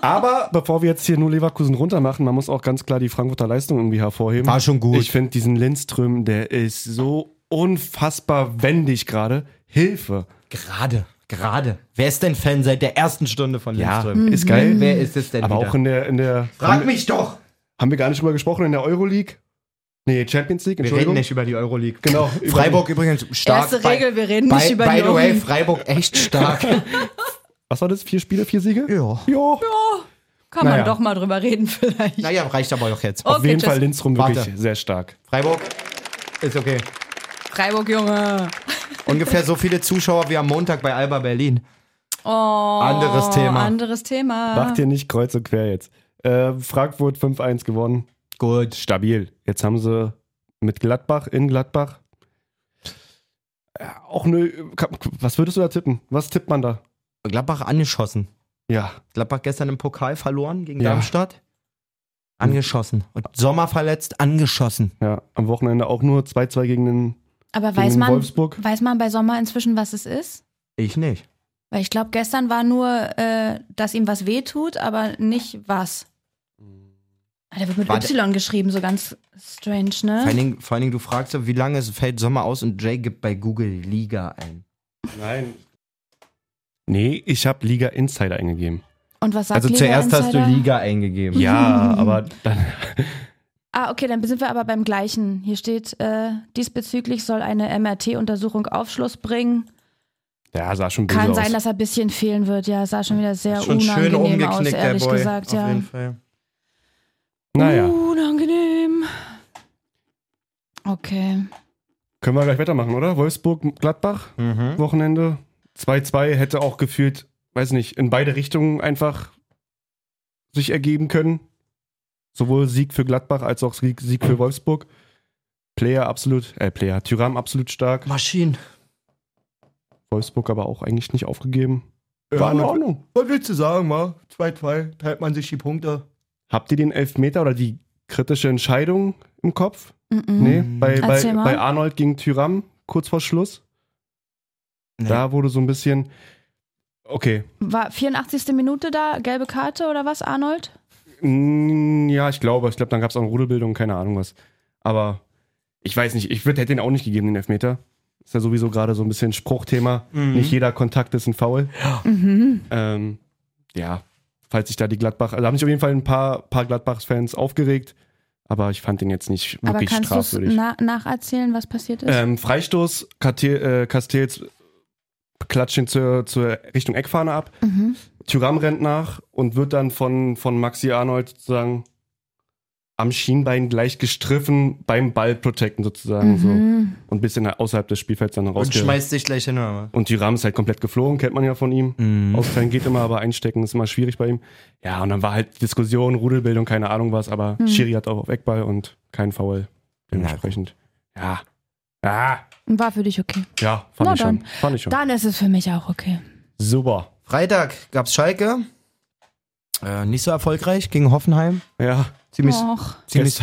A: Aber bevor wir jetzt hier nur Leverkusen runter machen, man muss auch ganz klar die Frankfurter Leistung irgendwie hervorheben.
C: War schon gut.
A: Ich finde diesen Lindström, der ist so unfassbar wendig gerade. Hilfe.
C: Gerade, gerade. Wer ist denn Fan seit der ersten Stunde von Lindström?
D: Mhm.
A: ist geil.
C: Wer ist es denn
A: Aber
C: wieder?
A: auch in der, in der
C: Frag mich doch!
A: haben wir gar nicht drüber gesprochen, in der Euroleague. Nee, Champions League,
C: Wir reden
A: Entschuldigung.
C: nicht über die Euroleague.
A: Genau. über-
C: Freiburg übrigens stark.
D: Erste Regel, wir reden
C: by,
D: nicht über
C: By
D: die
C: the way,
D: Euroleague.
C: Freiburg echt stark.
A: Was war das? Vier Spiele, vier Siege?
C: ja.
A: Jo.
D: Kann
A: Naja.
D: man doch mal drüber reden vielleicht.
C: Naja, reicht aber auch jetzt.
D: Oh.
A: Auf
D: Okay,
A: jeden
D: tschüss.
A: Fall Lindström wirklich
C: Warte.
A: sehr stark.
C: Freiburg ist okay.
D: Freiburg, Junge.
C: Ungefähr so viele Zuschauer wie am Montag bei Alba Berlin.
D: Oh,
C: Anderes Thema.
D: Anderes Thema.
A: Macht ihr nicht kreuz und quer jetzt. Äh, Frankfurt 5-1 gewonnen.
C: Gut.
A: stabil. Jetzt haben sie mit Gladbach in Gladbach. Ja, Auch eine. Was würdest du da tippen? Was tippt man da?
C: Gladbach angeschossen.
A: Ja.
C: Gladbach gestern im Pokal verloren gegen
A: Ja.
C: Darmstadt. Angeschossen. Und Sommer verletzt, angeschossen.
A: Ja, am Wochenende auch nur 2-2 gegen den
D: Aber
A: gegen
D: weiß
A: den
D: man,
A: Wolfsburg.
D: weiß man bei Sommer inzwischen, was es ist?
C: Ich nicht.
D: Weil ich glaube, gestern war nur, äh, dass ihm was wehtut, aber nicht was. Ah, Der wird mit
C: Warte.
D: Y geschrieben, so ganz strange,
C: Vor allen,
D: ne?
C: Dingen, vor allen Dingen, du fragst ja, wie lange es fällt Sommer aus und Jay gibt bei Google Liga ein.
A: Nein. Nee, ich habe Liga Insider eingegeben.
D: Und was sagt
C: also
D: Liga
C: zuerst hast
D: Insider?
C: du Liga eingegeben.
D: Mhm.
A: Ja, aber dann.
D: Ah, okay, dann sind wir aber beim gleichen. Hier steht, äh, diesbezüglich soll eine MRT-Untersuchung Aufschluss bringen.
A: Ja, sah schon böse
D: Kann
A: aus.
D: sein, dass er ein bisschen fehlen wird. Ja, sah schon wieder sehr
C: Schon schön
D: unangenehm aus,
C: umgeknickt, der
D: ehrlich
C: Boy.
D: gesagt.
C: auf
D: Ja.
C: jeden Fall.
A: naja,
D: Unangenehm. Okay.
A: können wir gleich weitermachen, oder? Wolfsburg, Gladbach,
C: Mhm.
A: Wochenende. 2-2 hätte auch gefühlt, weiß nicht, in beide Richtungen einfach sich ergeben können. Sowohl Sieg für Gladbach als auch Sieg, Sieg für Wolfsburg. Player absolut, äh, Player, Tyram absolut stark.
C: Maschinen.
A: Wolfsburg aber auch eigentlich nicht aufgegeben.
C: Ja, was-
A: Ordnung.
C: Was willst du sagen, ma? 2-2, teilt man sich die Punkte.
A: Habt ihr den Elfmeter oder die kritische Entscheidung im Kopf?
C: Hm.
D: Mhm.
A: Nee, bei, bei,
D: Erzähl mal.
A: bei Arnold gegen Tyram, kurz vor Schluss.
C: Nee.
A: Da wurde so ein bisschen. Okay.
D: War 84. Minute da, gelbe Karte oder was, Arnold?
A: Mm, Ja, ich glaube. Ich glaube, dann gab es auch eine Rudelbildung, keine Ahnung was. Aber ich weiß nicht, ich würd, hätte den auch nicht gegeben, den Elfmeter. Ist ja sowieso gerade so ein bisschen Spruchthema.
C: Mhm.
A: Nicht jeder Kontakt ist ein Foul.
D: Mhm.
A: Ähm, ja, falls sich da die Gladbach, also haben sich auf jeden Fall ein paar, paar Gladbach-Fans aufgeregt, aber ich fand den jetzt nicht
D: Aber
A: wirklich
D: kannst du es
A: strafwürdig.
D: na nacherzählen, was passiert ist?
A: Ähm, Freistoß, Kate- äh, Castells klatscht ihn zur, zur Richtung Eckfahne ab,
D: Mhm.
A: Thuram rennt nach und wird dann von, von Maxi Arnold sozusagen am Schienbein gleich gestriffen beim Ball protecten sozusagen so und
D: Mhm.
A: ein bisschen außerhalb des Spielfelds dann
C: Und
A: rausge...
C: schmeißt dich gleich hin, oder was?
A: Und Thuram ist halt komplett geflogen, kennt man ja von ihm.
C: Mhm.
A: Ausfallen geht immer, aber einstecken ist immer schwierig bei ihm. Ja, und dann war halt Diskussion, Rudelbildung, keine Ahnung was, aber
D: Mhm.
A: Schiri hat auch auf Eckball und kein Foul. Dementsprechend. Ja. Ja,
D: War für dich okay.
A: ja, fand
D: Na
A: ich schon.
D: dann.
A: Fand ich schon.
D: Dann ist es für mich auch okay.
A: Super.
C: Freitag gab's Schalke. Äh, nicht so erfolgreich gegen Hoffenheim.
A: Ja.
C: Ziemlich,
D: Och.
C: ziemlich,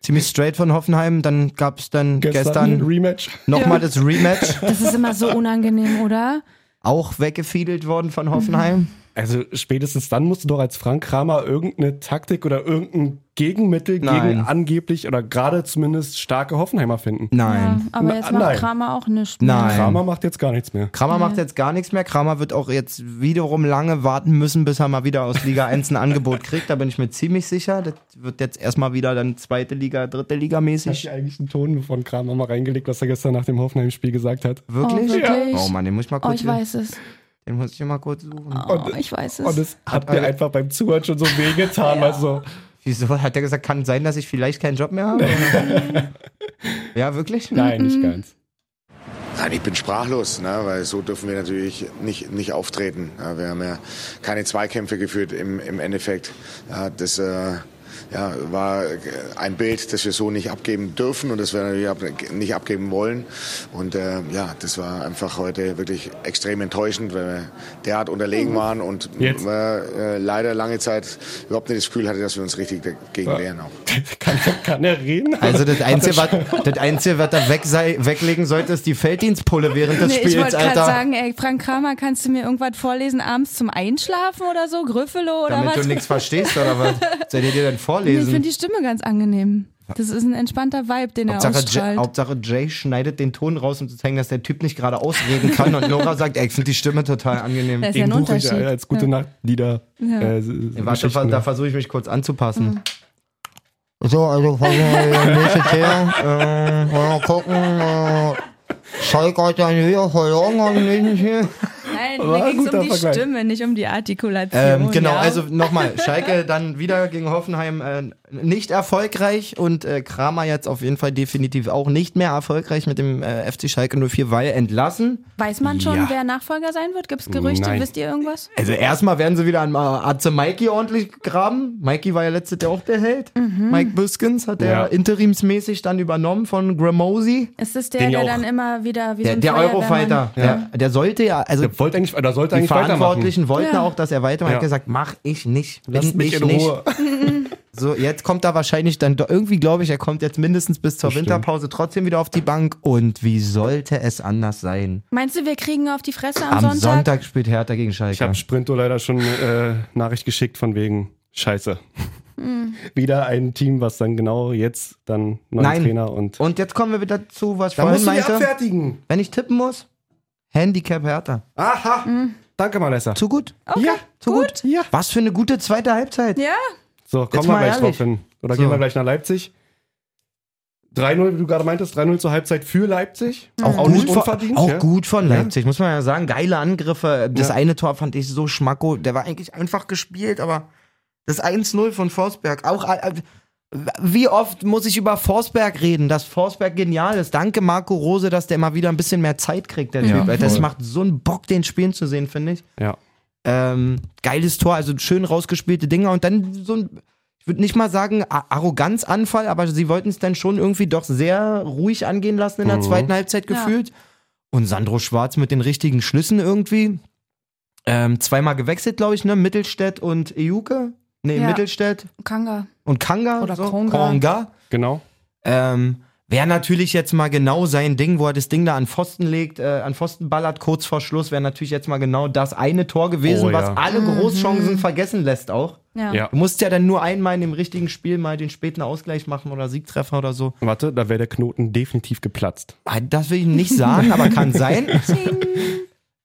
C: ziemlich straight von Hoffenheim. Dann gab's dann
A: gestern,
C: gestern,
A: Rematch.
C: nochmal das Rematch.
D: Das ist immer so unangenehm, oder?
C: Auch weggefiedelt worden von Hoffenheim.
A: Also spätestens dann musst du doch als Frank Kramer irgendeine Taktik oder irgendein Gegenmittel
C: Nein.
A: gegen angeblich oder gerade zumindest starke Hoffenheimer finden.
D: Ja,
C: Nein.
D: aber
A: Na,
D: jetzt macht
A: nein.
D: Kramer auch nichts mehr.
C: Nein.
A: Kramer macht jetzt gar nichts mehr.
C: Kramer
D: Mhm.
C: macht jetzt gar nichts mehr. Kramer wird auch jetzt wiederum lange warten müssen, bis er mal wieder aus Liga 1 ein Angebot kriegt. Da bin ich mir ziemlich sicher. Das wird jetzt erstmal wieder dann zweite Liga, dritte Liga
A: Hast
C: mäßig.
A: du eigentlich einen Ton von Kramer mal reingelegt, was er gestern nach dem Hoffenheim-Spiel gesagt hat?
C: Wirklich?
D: Oh, wirklich?
C: oh Mann, den muss ich mal
D: Oh,
C: kurz,
D: ich weiß es.
C: den muss ich mal kurz suchen.
D: Oh, ich weiß
A: Und
D: es.
A: es hat mir einfach beim Zuhören schon so wehgetan, weil so,
C: Wieso hat er gesagt, kann sein, dass ich vielleicht keinen Job mehr habe? ja, wirklich?
A: nein,
D: Mhm.
A: nicht ganz.
E: Nein, ich bin sprachlos, ne, weil so dürfen wir natürlich nicht, nicht auftreten. Ja, wir haben ja keine Zweikämpfe geführt im, im Endeffekt. Ja, das äh, ja, war ein Bild, das wir so nicht abgeben dürfen und das wir natürlich ab, nicht abgeben wollen. Und äh, ja, das war einfach heute wirklich extrem enttäuschend, weil wir derart unterlegen waren und
A: Jetzt.
E: wir, äh, leider lange Zeit überhaupt nicht das Gefühl hatte, dass wir uns richtig dagegen wehren. Auch.
A: Kann, kann er reden?
C: Also das Einzige, was, das Einzige, was er weg sei, weglegen sollte, ist die Felddienstpulle während des
D: Nee, ich
C: Spiels,
D: wollte gerade
C: Alter.
D: sagen, ey, Frank Kramer, kannst du mir irgendwas vorlesen abends zum Einschlafen oder so? Griffelo oder
C: Damit
D: was?
C: du nichts verstehst, oder was? Soll ich dir denn
D: Nee, ich
C: vorlesen?
D: finde die Stimme ganz angenehm. Das ist ein entspannter Vibe, den er
C: Hauptsache, Jay,
D: ausstrahlt.
C: Hauptsache Jay schneidet den Ton raus, um zu zeigen, dass der Typ nicht gerade ausreden kann. Und Nora sagt, ey, ich finde die Stimme total angenehm.
D: Das ist ja ein Unterschied.
A: Alter, als gute Nacht Lieder. Äh, so- so
C: Warte,
A: Geschichten.
C: da versuche ich mich kurz anzupassen.
D: Mhm.
C: So, also fangen wir hier nächstes her. Ähm, mal gucken. Äh, Schalke hat ja wieder verloren am nächsten Spiel.
D: Nein,
A: War
D: mir
A: ein
D: ging es
A: guter
D: um die
A: Vergleich.
D: Stimme, nicht um die Artikulation.
C: Ähm, genau,
D: ja.
C: also nochmal. Schalke dann wieder gegen Hoffenheim äh, nicht erfolgreich und äh, Kramer jetzt auf jeden Fall definitiv auch nicht mehr erfolgreich mit dem äh, FC Schalke 04, weil entlassen.
D: Weiß man schon,
A: Ja.
D: wer Nachfolger sein wird? Gibt es Gerüchte?
A: Nein.
D: Wisst ihr irgendwas?
C: Also erstmal werden sie wieder an äh, Atze Mikey ordentlich graben. Mikey war ja letztes Jahr auch der Held.
D: Mhm.
C: Mike Biskins hat er
A: Ja.
C: interimsmäßig dann übernommen von Gramosi.
D: Ist es der,
A: Den
D: der
A: auch-
D: dann immer wieder wie
C: Der,
D: so ein
C: der Eurofighter,
D: Feuerwehrmann-
C: der, der sollte ja, also
A: Der wollte eigentlich, oder sollte
C: die
A: eigentlich weitermachen.
C: Verantwortlichen wollten
D: Ja.
C: auch, dass er weitermacht.
A: Ja.
C: Hat gesagt, mach ich nicht. Will
A: Lasst mich
C: ich
A: in
C: nicht.
A: Ruhe.
C: So, jetzt kommt er wahrscheinlich dann doch, irgendwie glaube ich, er kommt jetzt mindestens bis zur
A: Bestimmt.
C: Winterpause trotzdem wieder auf die Bank. Und wie sollte es anders sein?
D: Meinst du, wir kriegen auf die Fresse am,
C: Am, Sonntag?
D: Sonntag?
C: spielt Hertha gegen Schalke.
A: Ich habe Sprinto leider schon äh, Nachricht geschickt von wegen Scheiße. Hm. Wieder ein Team, was dann genau jetzt dann neuen
C: Nein.
A: Trainer und.
C: und jetzt kommen wir wieder zu, was ich vorhin meinte.
A: abfertigen.
C: Wenn ich tippen muss, Handicap Hertha.
A: Aha.
C: Hm.
A: Danke, Malessa.
C: Zu gut.
A: ja,
C: Zu gut.
A: Ja.
C: Was für eine gute zweite Halbzeit.
D: Ja,
A: So, kommen
C: mal
A: wir gleich
C: ehrlich.
A: drauf hin. Oder
C: So.
A: gehen wir gleich nach Leipzig? 3-0, wie du gerade meintest, 3-0 zur Halbzeit für Leipzig.
C: Hm. Auch,
A: Auch
C: gut,
A: nicht
C: von,
A: unverdient,
C: auch
A: ja.
C: gut von Leipzig, muss man ja sagen. Geile Angriffe. Das
A: Ja.
C: eine Tor fand ich so schmacko. Der war eigentlich einfach gespielt, aber das 1-0 von Forsberg. Auch, äh, wie oft muss ich über Forsberg reden, dass Forsberg genial ist. Danke Marco Rose, dass der mal wieder ein bisschen mehr Zeit kriegt, der
A: Ja,
C: Typ. Alter, Das
A: voll.
C: macht so einen Bock, den spielen zu sehen, finde ich.
A: Ja.
C: Ähm, geiles Tor, also schön rausgespielte Dinger und dann so ein, ich würde nicht mal sagen A- Arroganzanfall, aber sie wollten es dann schon irgendwie doch sehr ruhig angehen lassen in der zweiten Halbzeit
D: Ja.
C: gefühlt. Und Sandro Schwarz mit den richtigen Schlüssen irgendwie. Ähm, zweimal gewechselt, glaube ich, ne? Mittelstädt und Ejuke. Nee,
D: Ja.
C: Mittelstädt
D: Kanga.
C: und Kanga.
D: Oder
C: so.
D: Konga.
A: Genau.
C: Ähm, Wäre natürlich jetzt mal genau sein Ding, wo er das Ding da an Pfosten legt, äh, an Pfosten ballert, kurz vor Schluss, wäre natürlich jetzt mal genau das eine Tor gewesen,
A: Oh,
C: was
A: ja.
C: alle Großchancen vergessen lässt auch.
D: Ja.
A: Ja.
C: Du musst ja dann nur einmal in dem richtigen Spiel mal den späten Ausgleich machen oder Siegtreffer oder so.
A: Warte, da wäre der Knoten definitiv geplatzt.
C: Ah, Das will ich nicht sagen, aber kann sein.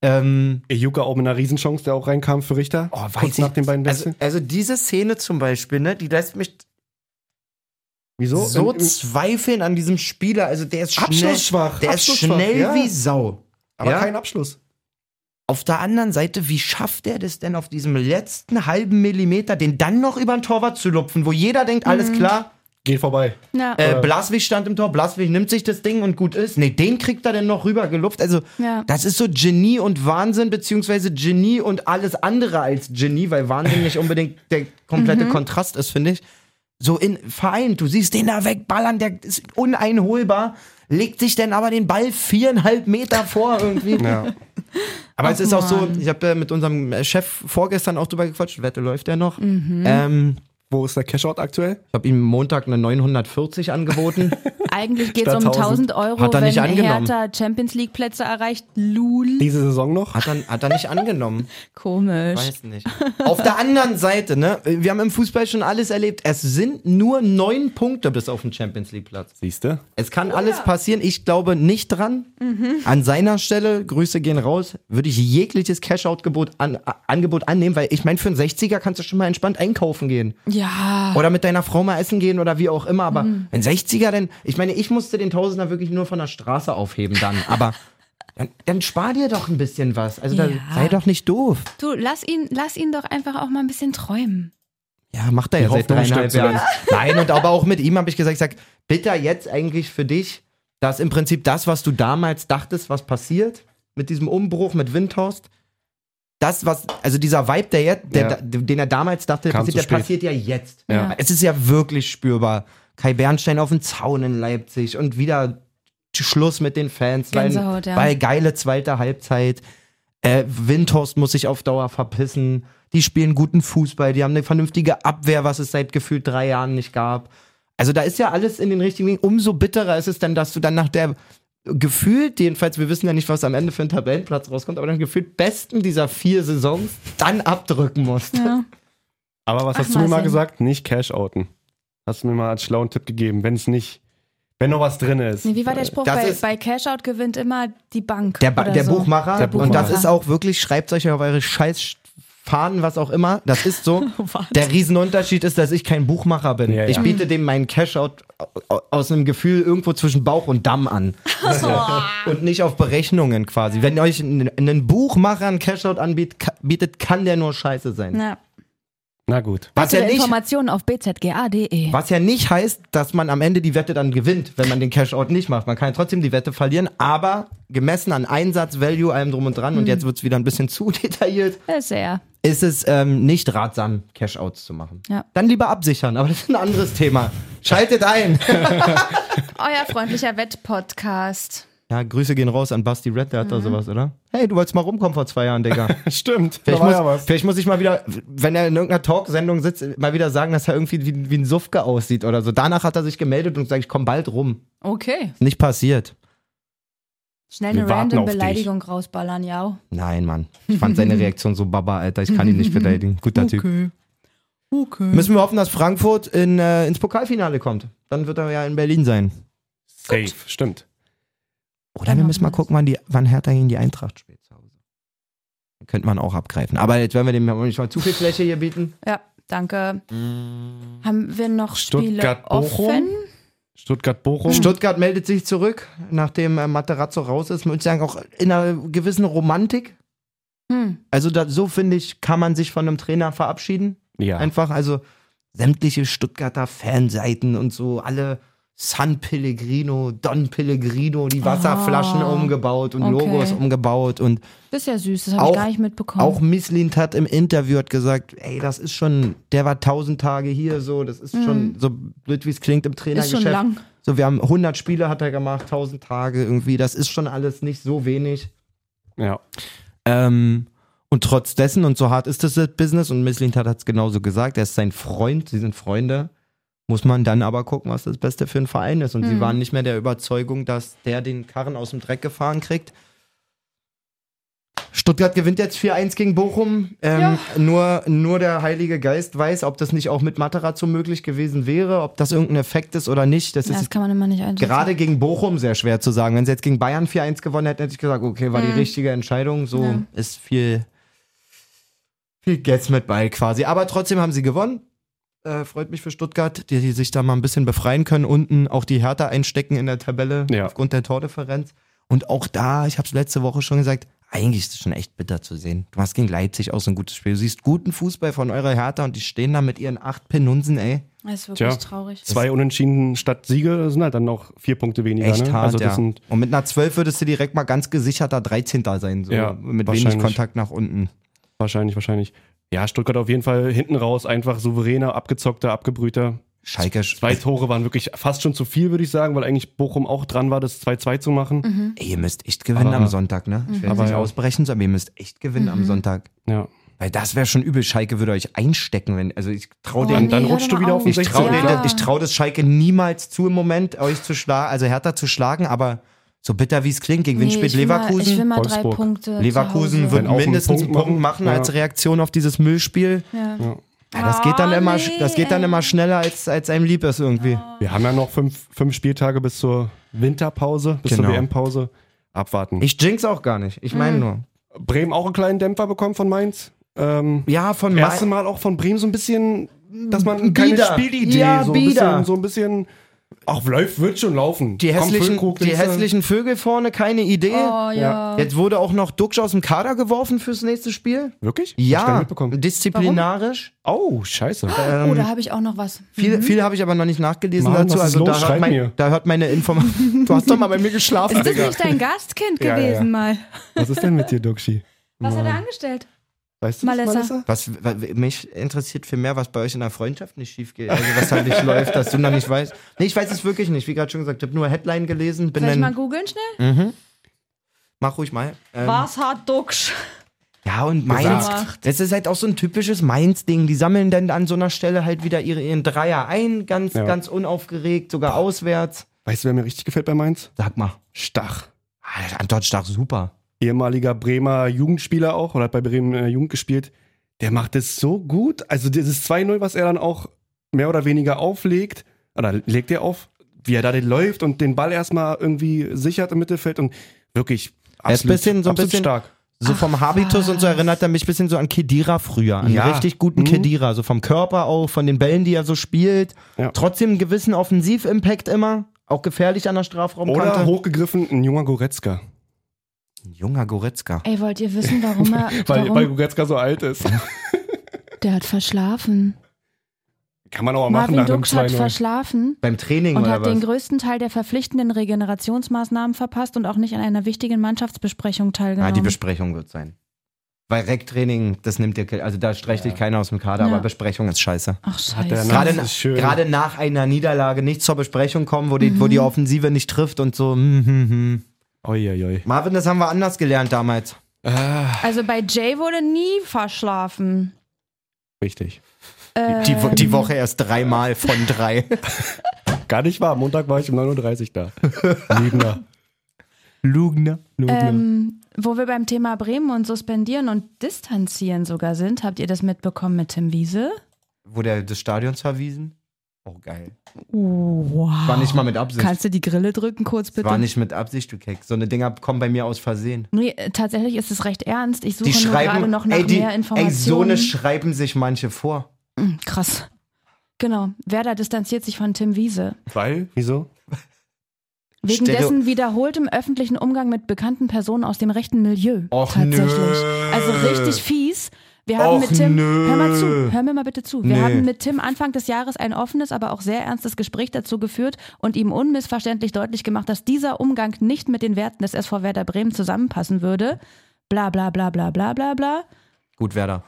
C: ähm,
A: Ejuka auch mit einer Riesenchance, der auch reinkam für Richter.
C: Oh, weiß
A: kurz
C: ich-
A: nach den beiden
C: also,
A: Wechseln.
C: also diese Szene zum Beispiel, ne, die lässt mich
A: Wieso?
C: so, so
A: Oh, Im- im-
C: zweifeln an diesem Spieler. Also der ist schnell,
A: Abschlussschwach.
C: der ist
A: Abschlussschwach,
C: schnell
A: ja.
C: wie Sau.
A: aber
C: ja?
A: kein Abschluss.
C: Auf der anderen Seite, wie schafft er das denn auf diesem letzten halben Millimeter, den dann noch über den Torwart zu lupfen, wo jeder denkt, alles klar,
A: Geht vorbei.
D: Ja.
C: äh, Blaswig stand im Tor, Blaswig nimmt sich das Ding und gut ist. Nee, den kriegt er denn noch rüber gelupft. Also,
D: Ja.
C: das ist so Genie und Wahnsinn, beziehungsweise Genie und alles andere als Genie, weil Wahnsinn nicht unbedingt der
D: Mhm.
C: komplette Kontrast ist, finde ich. So in Verein, du siehst den da wegballern, der ist uneinholbar, legt sich dann aber den Ball viereinhalb Meter vor irgendwie.
A: Ja.
C: Aber es
D: Ach,
C: ist auch so,
D: Mann.
C: ich habe äh, mit unserem äh, Chef vorgestern auch drüber gequatscht, Wette läuft ja noch.
D: Mhm.
C: Ähm,
A: Wo ist der Cashout aktuell?
C: ich habe ihm Montag eine 940 angeboten.
D: Eigentlich geht es um
A: statt
D: 1000
A: 1000
D: Euro,
C: Hat er
D: wenn
C: nicht angenommen.
D: Hertha Champions League Plätze erreicht. Lul.
A: Diese Saison noch?
C: Hat er, hat er nicht angenommen.
D: Komisch.
C: Weiß nicht. Auf der anderen Seite, ne, wir haben im Fußball schon alles erlebt. Es sind nur neun Punkte bis auf den Champions League Platz.
A: Siehst du?
C: Es kann alles passieren. Ich glaube nicht dran. An seiner Stelle, Grüße gehen raus, würde ich jegliches Cash-Out-Angebot an, a- Angebot annehmen, weil ich meine, für einen 60er kannst du schon mal entspannt einkaufen gehen.
D: Ja.
C: Oder mit deiner Frau mal essen gehen oder wie auch immer. Aber ein 60er, denn, ich meine, ich musste den Tausender wirklich nur von der Straße aufheben dann. Aber dann, dann spar dir doch ein bisschen was. Also da,
D: Ja.
C: sei doch nicht doof.
D: Du, lass ihn, lass ihn doch einfach auch mal ein bisschen träumen.
C: Ja, macht er ja seit
A: Hoffnung
C: dreieinhalb
A: stirbt
C: Jahren. Nein, und aber auch mit ihm habe ich gesagt, ich sag, bitter jetzt eigentlich für dich, dass im Prinzip das, was du damals dachtest, was passiert, mit diesem Umbruch mit Windhorst, das, was, also dieser Vibe, der jetzt, der,
A: Ja.
C: den er damals dachte,
A: Kam
C: passiert,
A: zu
C: der
A: spät.
C: passiert ja jetzt.
A: Ja.
C: Es ist ja wirklich spürbar. Kai Bernstein auf dem Zaun in Leipzig und wieder Schluss mit den Fans, weil,
D: Gänsehaut, ja.
C: weil geile zweite Halbzeit. Äh, Windhorst muss sich auf Dauer verpissen. Die spielen guten Fußball, die haben eine vernünftige Abwehr, was es seit gefühlt drei Jahren nicht gab. Also da ist ja alles in den richtigen Dingen. Umso bitterer ist es dann, dass du dann nach der gefühlt, jedenfalls, wir wissen ja nicht, was am Ende für einen Tabellenplatz rauskommt, aber dann gefühlt besten dieser vier Saisons dann abdrücken musst.
D: Ja.
A: Aber was
D: Ach,
A: hast du mir mal
D: Marcel.
A: gesagt? Nicht Cashouten. Hast du mir mal als schlauen Tipp gegeben, wenn es nicht, wenn noch was drin ist.
D: Nee, wie war der Spruch?
C: Das
D: Bei,
C: ist-
D: bei Cashout gewinnt immer die Bank.
C: Der, ba
D: oder
C: der,
D: so.
C: Buchmacher.
A: Der
C: Und das
A: Buchmacher.
C: ist auch wirklich, schreibt euch auf eure scheiß Fahnen, was auch immer. Das ist so. der Riesenunterschied ist, dass ich kein Buchmacher bin.
A: Ja, ja.
C: Ich
D: Mhm.
C: biete dem meinen Cashout au- aus einem Gefühl irgendwo zwischen Bauch und Damm an.
D: Oh.
C: und nicht auf Berechnungen quasi. Wenn euch ein, ein Buchmacher einen Cashout anbietet, kann der nur scheiße sein.
D: Na,
A: Na gut.
C: Was
D: ja
C: ja, nicht,
D: Informationen auf bzga.de.
C: was ja nicht heißt, dass man am Ende die Wette dann gewinnt, wenn man den Cashout nicht macht. Man kann ja trotzdem die Wette verlieren, aber gemessen an Einsatz, Value, allem drum und dran,
A: Hm.
C: und jetzt wird es wieder ein bisschen zu detailliert,
D: Ist er.
C: ist es ähm, nicht ratsam, Cash-Outs zu machen.
D: Ja.
C: Dann lieber absichern, aber das ist ein anderes Thema. Schaltet ein!
D: Euer freundlicher Wettpodcast.
C: ja, Grüße gehen raus an Basti Red, der hat da sowas, oder? Hey, du wolltest mal rumkommen vor zwei Jahren, Digga.
A: Stimmt. Mhm. Da
C: Vielleicht
A: war
C: muss,
A: ja was.
C: vielleicht muss ich mal wieder, wenn er in irgendeiner Talksendung sitzt, mal wieder sagen, dass er irgendwie wie, wie ein Sufke aussieht oder so. Danach hat er sich gemeldet und gesagt, ich komm bald rum.
D: Okay.
C: Ist nicht passiert.
D: Schnell
A: Wir
D: eine
A: warten
D: random
A: auf dich.
D: Beleidigung rausballern, ja.
C: Nein, Mann. Ich fand seine Reaktion so baba, Alter. Ich kann ihn nicht beleidigen. Guter Typ. Müssen wir hoffen, dass Frankfurt in, äh, ins Pokalfinale kommt. Dann wird er ja in Berlin sein.
A: Safe. Stimmt.
C: Oder wir müssen mal gucken, wann, die, wann Hertha gegen die Eintracht spielt zu Hause. Dann Könnte man auch abgreifen. Aber jetzt werden wir dem nicht mal zu viel Fläche hier bieten.
D: Ja, danke. Haben wir noch Spiele
A: Stuttgart, Bochum?
D: offen?
A: Stuttgart-Bochum.
C: Stuttgart meldet sich zurück, nachdem äh, Materazzo raus ist, muss ich sagen, auch in einer gewissen Romantik.
D: Hm.
C: Also da, so finde ich, kann man sich von einem Trainer verabschieden.
A: ja.
C: Einfach, also sämtliche Stuttgarter Fanseiten und so, alle San Pellegrino, Don Pellegrino, die Wasserflaschen
D: Ah,
C: umgebaut und
D: okay.
C: Logos umgebaut und
D: Das ist ja süß, das habe
C: Auch-
D: ich gar nicht mitbekommen.
C: auch Misslint hat im Interview hat gesagt, ey, das ist schon, der war tausend Tage hier, so, das ist schon, so blöd wie es klingt im
D: Mhm. ist
C: Trainergeschäft.
D: schon lang.
C: So, wir haben 100 Spiele hat er gemacht, 1000 Tage irgendwie, das ist schon alles nicht so wenig.
A: ja.
C: Ähm, und trotz dessen, und so hart ist das Business, und Miss Lindt hat es genauso gesagt, er ist sein Freund, sie sind Freunde, muss man dann aber gucken, was das Beste für einen Verein ist. Und sie
D: Hm.
C: waren nicht mehr der Überzeugung, dass der den Karren aus dem Dreck gefahren kriegt. Stuttgart gewinnt jetzt 4-1 gegen Bochum. Ähm,
D: Ja.
C: nur, nur der Heilige Geist weiß, ob das nicht auch mit Materazzo möglich gewesen wäre, ob das irgendein Effekt ist oder nicht. Das
D: Ja,
C: ist
D: das kann man immer nicht einschätzen.
C: gerade gegen Bochum sehr schwer zu sagen. Wenn sie jetzt gegen Bayern 4-1 gewonnen hätten, hätte ich gesagt, okay, war die richtige Entscheidung. So
D: Ja.
C: ist viel, viel Gets mit bei quasi. Aber trotzdem haben sie gewonnen. Äh, freut mich für Stuttgart, die, die sich da mal ein bisschen befreien können. Unten auch die Hertha einstecken in der Tabelle
A: Ja.
C: aufgrund der Tordifferenz. Und auch da, ich habe es letzte Woche schon gesagt, eigentlich ist es schon echt bitter zu sehen. Du hast gegen Leipzig auch so ein gutes Spiel. Du siehst guten Fußball von eurer Hertha und die stehen da mit ihren acht Penunsen, ey.
D: Das ist wirklich
A: Tja.
D: traurig.
A: Zwei Unentschieden statt Siege sind halt dann noch vier Punkte weniger.
C: Echt
A: ne?
C: hart,
A: also das
C: ja.
A: sind
C: Und mit einer 12 würdest du direkt mal ganz gesicherter 13. sein, so
A: Ja,
C: mit wenig
A: wahrscheinlich.
C: Kontakt nach unten.
A: wahrscheinlich, wahrscheinlich. Ja, Stuttgart auf jeden Fall hinten raus, einfach souveräner, abgezockter, abgebrühter.
C: Schalke, also,
A: Zwei Tore waren wirklich fast schon zu viel, würde ich sagen, weil eigentlich Bochum auch dran war, das 2-2 zu machen.
C: ey, ihr müsst echt gewinnen
A: Aber-
C: am Sonntag, ne?
D: Mhm.
C: Ich will jetzt
A: Aber
C: nicht
A: ja.
C: ausbrechen, aber ihr müsst echt gewinnen am Sonntag.
A: Ja.
C: Weil das wäre schon übel. Schalke würde euch einstecken, wenn, also ich
D: Oh,
C: traue denen.
A: Dann, dann
D: Nee, hör
A: rutscht
D: doch
A: du wieder
D: auf.
A: auf den
C: Ich
A: 16.
C: traue
D: Ja.
C: denen,
A: Platz.
C: das- ich trau das Schalke niemals zu im Moment, euch zu schlagen, also härter zu schlagen, aber so bitter wie es klingt, gegen wen
D: Nee,
C: spielt
D: ich will
C: Leverkusen?
D: Mal, ich will mal drei
A: Wolfsburg.
D: Punkte. zu
C: Leverkusen
D: Hause.
A: wird-
C: wird
A: Wenn auch einen
C: mindestens einen
A: Punkt
C: Punkt machen
A: machen,
C: als
A: ja.
C: Reaktion auf dieses Müllspiel.
D: Ja.
C: Ja, das geht dann
D: Ah,
C: immer,
D: nee,
C: das geht dann
D: ey.
C: immer schneller, als, als einem lieb ist irgendwie.
A: Wir haben ja noch fünf, fünf Spieltage bis zur Winterpause, bis
C: Genau.
A: zur WM-Pause. Abwarten.
C: Ich jinx auch gar nicht. Ich
D: Hm.
C: meine nur.
A: Bremen auch einen kleinen Dämpfer bekommen von Mainz. Ähm,
C: Ja, von
A: erste
C: Mai-
A: Mal auch von Bremen so ein bisschen, dass man keine
C: Bieder.
A: Spielidee,
C: Ja,
A: so, ein
C: bieder.
A: bisschen, so ein bisschen, ach, läuft, wird schon laufen.
C: Die
A: Komm,
C: hässlichen,
A: Füllkrug,
C: die
A: nimmst du.
C: hässlichen Vögel vorne, keine Idee.
D: Oh ja.
C: Jetzt wurde auch noch Duxch aus dem Kader geworfen fürs nächste Spiel.
A: Wirklich? Hab ich gar nicht
C: Ja,
A: mitbekommen.
C: disziplinarisch.
A: Oh, scheiße.
C: ähm,
D: oh, da habe ich auch noch was.
C: Viel, viel habe ich aber noch nicht nachgelesen
A: Mann,
C: dazu.
A: was ist
C: Also
A: los?
C: da, hört
A: Schreib
C: mein,
A: mir.
C: da hört meine Information. Du hast doch mal bei mir geschlafen,
D: Ist das
C: Digga.
D: nicht dein Gastkind
A: Ja, ja, ja.
D: gewesen mal?
A: Was ist denn mit dir, Duxi?
D: Was hat er angestellt?
A: Weißt du
D: Malessa.
A: das, Malessa?
C: Was, was mich interessiert viel mehr, was bei euch in der Freundschaft nicht schief geht, also was da nicht läuft, dass du noch nicht weißt. Nee, ich weiß es wirklich nicht. Wie gerade schon gesagt, ich habe nur Headline gelesen. Bin
D: Soll ich
C: dann,
D: mal googeln schnell?
C: mach ruhig mal. Ähm,
D: Was hat Duxch?
C: Ja, und Mainz,
D: Gesagt.
C: das ist halt auch so ein typisches Mainz-Ding. Die sammeln dann an so einer Stelle halt wieder ihre, ihren Dreier ein, ganz,
A: Ja.
C: ganz unaufgeregt, sogar auswärts.
A: Weißt du, wer mir richtig gefällt bei Mainz?
C: Sag mal,
A: Stach.
C: ah, der Anton Stach, super.
A: ehemaliger Bremer Jugendspieler auch, oder hat bei Bremen äh, Jugend gespielt, der macht das so gut. Also dieses 2-0, was er dann auch mehr oder weniger auflegt, oder legt er auf, wie er da den läuft und den Ball erstmal irgendwie sichert im Mittelfeld und wirklich
C: Er ist
A: absolut,
C: bisschen- so ein
A: absolut
C: bisschen-
A: stark.
C: So vom Habitus und so erinnert er mich ein bisschen so an Kedira früher, an
A: Ja.
C: einen richtig guten
A: Mhm.
C: Kedira, so vom Körper auch, von den Bällen, die er so spielt.
A: Ja.
C: Trotzdem einen gewissen Offensiv-Impact immer, auch gefährlich an der Strafraumkante.
A: Oder hochgegriffen ein junger Goretzka.
C: Ein junger Goretzka.
D: Ey, wollt ihr wissen, warum er.
A: Weil,
D: warum?
A: weil Goretzka so alt ist.
D: der hat verschlafen.
A: Kann man auch mal
D: Marvin
A: machen Oh, nach einem
D: Duxch hat
A: 2-0.
D: verschlafen.
C: Beim Training
D: Und
C: oder
D: hat den
C: was?
D: größten Teil der verpflichtenden Regenerationsmaßnahmen verpasst und auch nicht an einer wichtigen Mannschaftsbesprechung
C: Ah, die
D: teilgenommen.
C: Besprechung wird sein. Weil Recktraining, das nimmt dir, ke- also da streicht dich keiner aus dem Kader,
D: Ja.
C: aber Besprechung ist scheiße.
D: Ach,
A: Hat der
D: scheiße.
A: nach-
C: Gerade,
A: Das
C: na-
A: ist schön.
C: gerade nach einer Niederlage nicht zur Besprechung kommen, wo die, wo
D: Mhm.
C: die Offensive nicht trifft und so. Hm, hm, hm.
A: Uiuiui.
C: Marvin, das haben wir anders gelernt damals.
D: Also bei Jay wurde nie verschlafen.
A: Richtig.
C: Die, Wo- die Woche erst dreimal von drei.
A: Gar nicht wahr. Montag war ich um 9.30 Uhr da. Lügner.
C: Lugner.
A: Lügner.
D: Ähm, wo wir beim Thema Bremen und suspendieren und distanzieren sogar sind, habt ihr das mitbekommen mit Tim Wiese?
C: Wurde er des Stadions verwiesen? Oh, geil.
D: Wow.
C: War nicht mal mit Absicht.
D: Kannst du die Grille drücken kurz bitte?
C: War nicht mit Absicht, du Keck. So eine Dinger kommen bei mir aus Versehen.
D: Nee, äh, tatsächlich ist es recht ernst. Ich suche
C: Die
D: nur gerade
C: schreiben,
D: noch nach
C: ey, die,
D: mehr
C: ey, so
D: Informationen.
C: eine schreiben sich manche vor.
D: Krass. Genau. Werder distanziert sich von Tim Wiese.
A: Weil? Wieso?
D: Wegen
C: Stereo-
D: dessen wiederholtem öffentlichen Umgang mit bekannten Personen aus dem rechten Milieu.
C: Och,
D: tatsächlich.
C: nö.
D: Also richtig fies. Wir haben
C: Och,
D: mit Tim,
C: nö.
D: hör mal zu, hör mir mal bitte zu. Wir
C: Nee.
D: haben mit Tim Anfang des Jahres ein offenes, aber auch sehr ernstes Gespräch dazu geführt und ihm unmissverständlich deutlich gemacht, dass dieser Umgang nicht mit den Werten des SV Werder Bremen zusammenpassen würde. Bla bla bla bla bla bla bla.
C: Gut, Werder.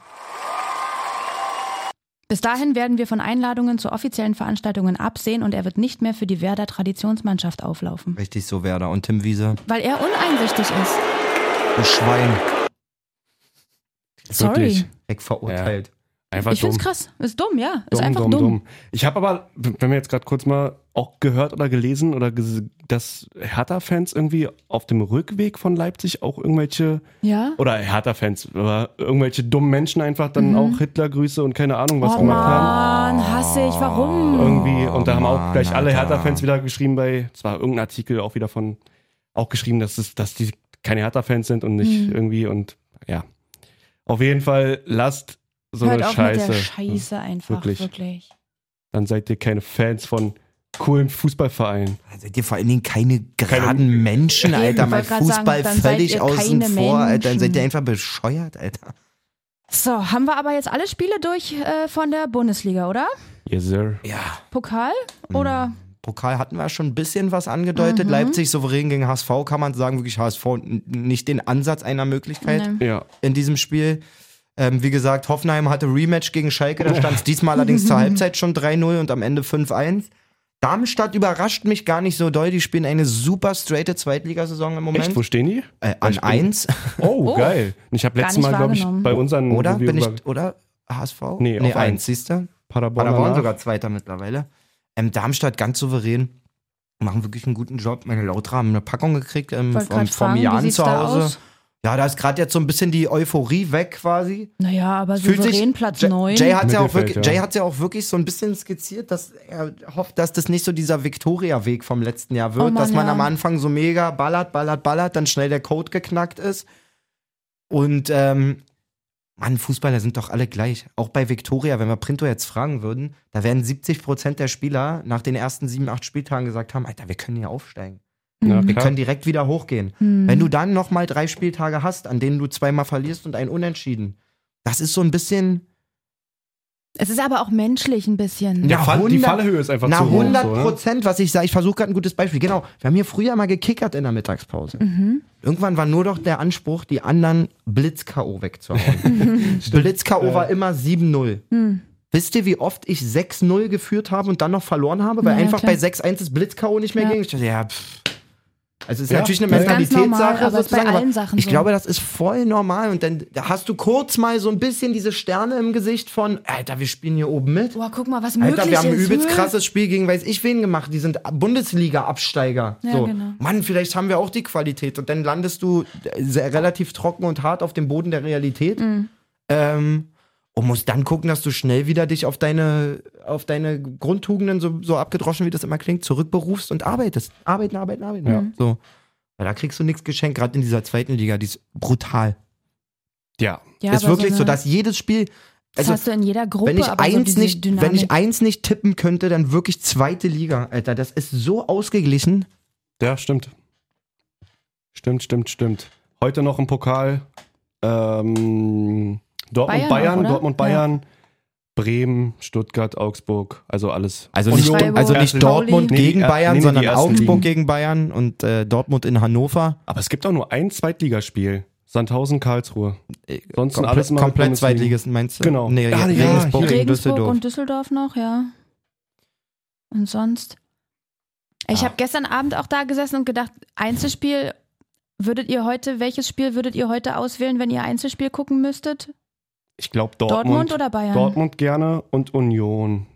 D: Bis dahin werden wir von Einladungen zu offiziellen Veranstaltungen absehen und er wird nicht mehr für die Werder Traditionsmannschaft auflaufen,
C: Richtig so, Werder. Und Tim Wiese.
D: weil er uneinsichtig ist.
C: Du Schwein.
D: Sorry.
A: Wirklich.
C: Weg verurteilt.
A: Einfach
D: ich find's
A: dumm.
D: krass. Ist dumm, ja. Ist
A: Dumm,
D: einfach dumm.
A: dumm, dumm. Ich habe aber, wenn wir jetzt gerade kurz mal auch gehört oder gelesen oder ges- dass Hertha-Fans irgendwie auf dem Rückweg von Leipzig auch irgendwelche
D: Ja.
A: oder Hertha-Fans oder irgendwelche dummen Menschen einfach dann auch Hitlergrüße und keine Ahnung was
D: Mhm. oh
A: gemacht haben.
D: Mann, hasse ich. Warum?
A: Irgendwie und da haben auch
C: Mann,
A: gleich alle
C: Alter.
A: Hertha-Fans wieder geschrieben bei, es war irgendein Artikel auch wieder von, auch geschrieben, dass, es, dass die keine Hertha-Fans sind und nicht
D: Mhm.
A: irgendwie und ja. Auf jeden Fall lasst so
D: Hört
A: eine
D: auf
A: Scheiße.
D: mit der Scheiße einfach. Wirklich.
A: Wirklich. Dann seid ihr keine Fans von coolen Fußballvereinen.
C: Seid ihr vor allen Dingen keine geraden Menschen, Alter.
D: ich
C: Mein
D: wollt grad sagen,
C: Fußball
D: dann seid
C: völlig
D: ihr
C: außen
D: keine
C: vor, Alter. Dann
D: Menschen.
C: seid ihr einfach bescheuert, Alter.
D: So, haben wir aber jetzt alle Spiele durch äh, von der Bundesliga, oder?
A: Yes, sir.
C: Ja.
D: Pokal?
C: Hm.
D: Oder?
C: Pokal hatten wir schon ein bisschen was angedeutet. Leipzig souverän gegen HSV, kann man sagen, wirklich HSV n- nicht den Ansatz einer Möglichkeit.
D: Nee.
A: Ja.
C: in diesem Spiel. Ähm, wie gesagt, Hoffenheim hatte Rematch gegen Schalke, da stand es diesmal allerdings zur Halbzeit schon 3-0 und am Ende 5-1. Darmstadt überrascht mich gar nicht so doll, die spielen eine super straighte Zweitligasaison im Moment.
A: Echt, wo stehen die?
C: Äh, an
A: Ich bin-
C: 1,
A: Oh, geil. Und ich habe
D: Gar
A: letztes
D: nicht
A: Mal, glaube ich,
D: wahrgenommen.
A: bei unseren
C: oder?
A: wo wir
C: Bin ich,
A: über
C: oder? HSV?
A: Nee, auf
C: 1,
A: eins.
C: siehst du?
A: Paderborn,
C: Paderborn
A: danach.
C: sogar Zweiter mittlerweile. Ähm, Darmstadt ganz souverän. Machen wirklich einen guten Job. Meine Lautra haben eine Packung gekriegt ähm,
D: Wollt
C: vom,
D: grad
C: vom
D: fragen, wie
C: Jan
D: sieht's
C: zu
D: da
C: Hause.
D: aus?
C: Ja, da ist gerade jetzt so ein bisschen die Euphorie weg quasi.
D: Naja, aber
C: fühlt sich-
D: souverän Platz
C: Jay-
D: 9.
C: Jay hat ja auch
A: Mittelfeld,
C: wirklich, Jay
A: ja.
C: hat ja auch wirklich so ein bisschen skizziert, dass er hofft, dass das nicht so dieser Victoria-Weg vom letzten Jahr wird,
D: Oh Mann,
C: dass man
D: ja.
C: am Anfang so mega ballert, ballert, ballert, dann schnell der Code geknackt ist. Und ähm, Mann, Fußballer sind doch alle gleich. Auch bei Victoria, wenn wir Printo jetzt fragen würden, da werden 70 Prozent der Spieler nach den ersten sieben, acht Spieltagen gesagt haben, Alter, wir können hier aufsteigen.
D: Mhm.
A: Ja,
C: Wir
A: klar.
C: können direkt wieder hochgehen.
D: Hm.
C: Wenn du dann nochmal drei Spieltage hast, an denen du zweimal verlierst und einen Unentschieden, das ist so ein bisschen,
D: es ist aber auch menschlich ein bisschen.
A: Der
C: Na,
A: Fall, die
C: 100
A: Fallhöhe ist einfach
C: na
A: zu hoch.
C: 100
A: so, ne?
C: Prozent, was ich sage, ich versuche gerade ein gutes Beispiel. Genau, wir haben hier früher mal gekickert in der Mittagspause.
D: Mhm.
C: Irgendwann war nur doch der Anspruch, die anderen Blitz-K.O. wegzuhauen. Blitz-K.O. war immer 7-0.
D: Hm.
C: Wisst ihr, wie oft ich 6-0 geführt habe und dann noch verloren habe? Weil
D: Ja,
C: einfach
D: klar.
C: bei 6-1 das Blitz-K.O. nicht mehr
D: Ja.
C: ging. Ich dachte, ja, pff. Also es ist
A: Ja,
C: natürlich eine
A: das ist
D: ganz normal,
C: Mentalitätssache
D: aber ist bei
C: sozusagen,
D: allen Sachen
C: ich
D: so.
C: glaube, das ist voll normal und dann da hast du kurz mal so ein bisschen diese Sterne im Gesicht von, Alter, wir spielen hier oben mit.
D: Boah, guck mal, was möglich
C: Alter, wir haben ein
D: ist.
C: übelst
D: Hm.
C: krasses Spiel gegen weiß ich wen gemacht. Die sind Bundesliga-Absteiger.
D: Ja,
C: so.
D: genau.
C: Mann, vielleicht haben wir auch die Qualität. Und dann landest du sehr, relativ trocken und hart auf dem Boden der Realität.
D: Mhm.
C: Ähm, und musst dann gucken, dass du schnell wieder dich auf deine, auf deine Grundtugenden, so, so abgedroschen wie das immer klingt, zurückberufst und arbeitest. Arbeiten, arbeiten, arbeiten.
A: Ja.
C: So. Weil da kriegst du nichts geschenkt, gerade in dieser zweiten Liga. Die ist brutal.
A: Ja.
D: Ja,
C: ist
D: aber
C: wirklich
D: eine-
C: so, dass jedes Spiel.
D: Das
C: also-
D: hast du in jeder Gruppe,
C: wenn ich,
D: aber so
C: eins
D: diese
C: nicht,
D: Dynamik.
C: wenn ich eins nicht tippen könnte, dann wirklich zweite Liga, Alter. Das ist so ausgeglichen.
A: Ja, stimmt. Stimmt, stimmt, stimmt. Heute noch im Pokal. Ähm, Dortmund,
D: Bayern
A: Bayern,
D: auch, oder?
A: Dortmund, Bayern, Bremen, Stuttgart, Augsburg, also alles.
C: Also
D: Und
C: nicht,
D: Freiburg,
C: also nicht
A: Pauli.
C: Dortmund
A: Nee, die
C: gegen
A: er-
C: Bayern,
A: nee, nee, die
C: sondern
A: ersten
C: Augsburg
A: Ligen.
C: gegen Bayern und äh, Dortmund in Hannover.
A: Aber es gibt auch nur ein Zweitligaspiel. Sandhausen, Karlsruhe. Sonst sind
C: Komple
A: alles mal
C: Äh, komplett
A: Bundesliga.
C: Zweitligisten, meinst du?
A: Genau.
C: Nee,
A: Ah, ja,
C: Regensburg
A: hier.
C: gegen
D: Regensburg
C: Düsseldorf.
D: und Düsseldorf noch, ja. Und sonst? Ich habe gestern Abend auch da gesessen und gedacht, Einzelspiel, würdet ihr heute, welches Spiel würdet ihr heute auswählen, wenn ihr Einzelspiel gucken müsstet?
A: Ich glaube
D: Dortmund,
A: Dortmund.
D: oder Bayern?
A: Dortmund gerne und Union.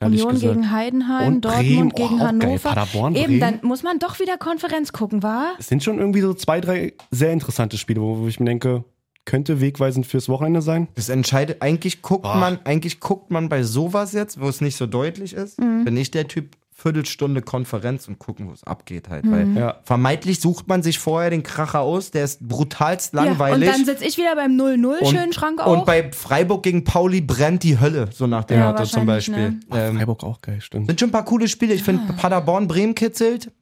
A: ehrlich
D: Union
A: gesagt.
D: gegen Heidenheim,
A: und
D: Dortmund
A: Bremen.
D: gegen
A: oh, auch Geil.
D: Hannover.
A: Paderborn,
D: Eben,
A: Bremen.
D: dann muss man doch wieder Konferenz gucken, war?
A: Es sind schon irgendwie so zwei, drei sehr interessante Spiele, wo ich mir denke, könnte wegweisend fürs Wochenende sein.
C: Das entscheidet, eigentlich guckt
A: Boah.
D: Mhm.
C: man, eigentlich guckt man bei sowas jetzt, wo es nicht so deutlich ist, bin ich der Typ, Viertelstunde Konferenz und gucken, wo es abgeht halt.
D: Mhm.
C: Weil
A: Ja.
C: vermeintlich sucht man sich vorher den Kracher aus, der ist brutalst
D: und
C: langweilig.
D: dann sitze ich wieder beim 0-0, schönen Schrank auf.
C: Und bei Freiburg gegen Pauli brennt die Hölle, so nach dem
D: Ja,
C: Motto zum
D: wahrscheinlich,
C: Beispiel.
D: ne. Ah.
C: Ähm,
A: Freiburg auch geil, stimmt.
C: sind schon ein paar coole Spiele. Ich finde Paderborn Bremen kitzelt.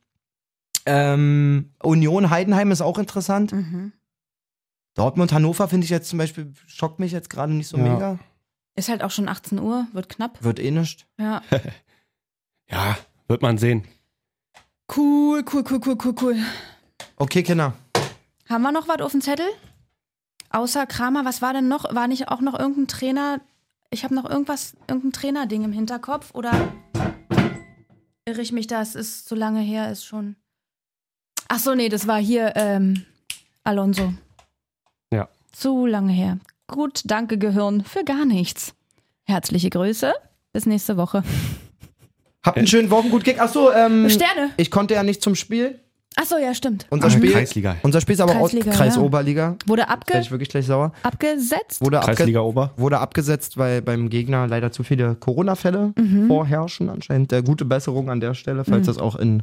C: Ähm, Union Heidenheim ist auch interessant.
D: mhm.
C: Dortmund Hannover finde ich jetzt zum Beispiel, schockt mich jetzt gerade nicht so
A: Ja.
C: mega.
D: Ist halt auch schon 18 Uhr, wird knapp.
C: Wird eh nicht.
D: Ja.
A: Ja, wird man sehen.
D: Cool, cool, cool, cool, cool, cool.
C: Okay, Kinder.
D: Haben wir noch was auf dem Zettel? Außer Kramer, was war denn noch? War nicht auch noch irgendein Trainer? Ich habe noch irgendwas, irgendein Trainerding im Hinterkopf oder irre ich mich da? Es ist so lange her, ist schon. Ach so, nee, das war hier ähm, Alonso.
A: Ja.
D: Zu lange her. Gut, danke Gehirn für gar nichts. Herzliche Grüße. Bis nächste Woche.
C: Habt einen schönen Wochengut Kick. Achso, ähm,
D: Sterne.
C: ich konnte ja nicht zum Spiel.
D: Ach so, ja, stimmt.
C: Unser
A: Ah,
C: Spiel.
A: Kreisliga.
C: Unser Spiel ist aber auch
D: Kreisliga, ja.
C: Kreisoberliga.
D: Wurde
C: Werde
D: abge
C: ich wirklich gleich sauer.
D: abgesetzt.
C: Wurde, abge
A: Kreisliga Ober.
C: wurde abgesetzt, weil beim Gegner leider zu viele Corona-Fälle
D: Mhm.
C: vorherrschen anscheinend. Der gute Besserung an der Stelle, falls das auch in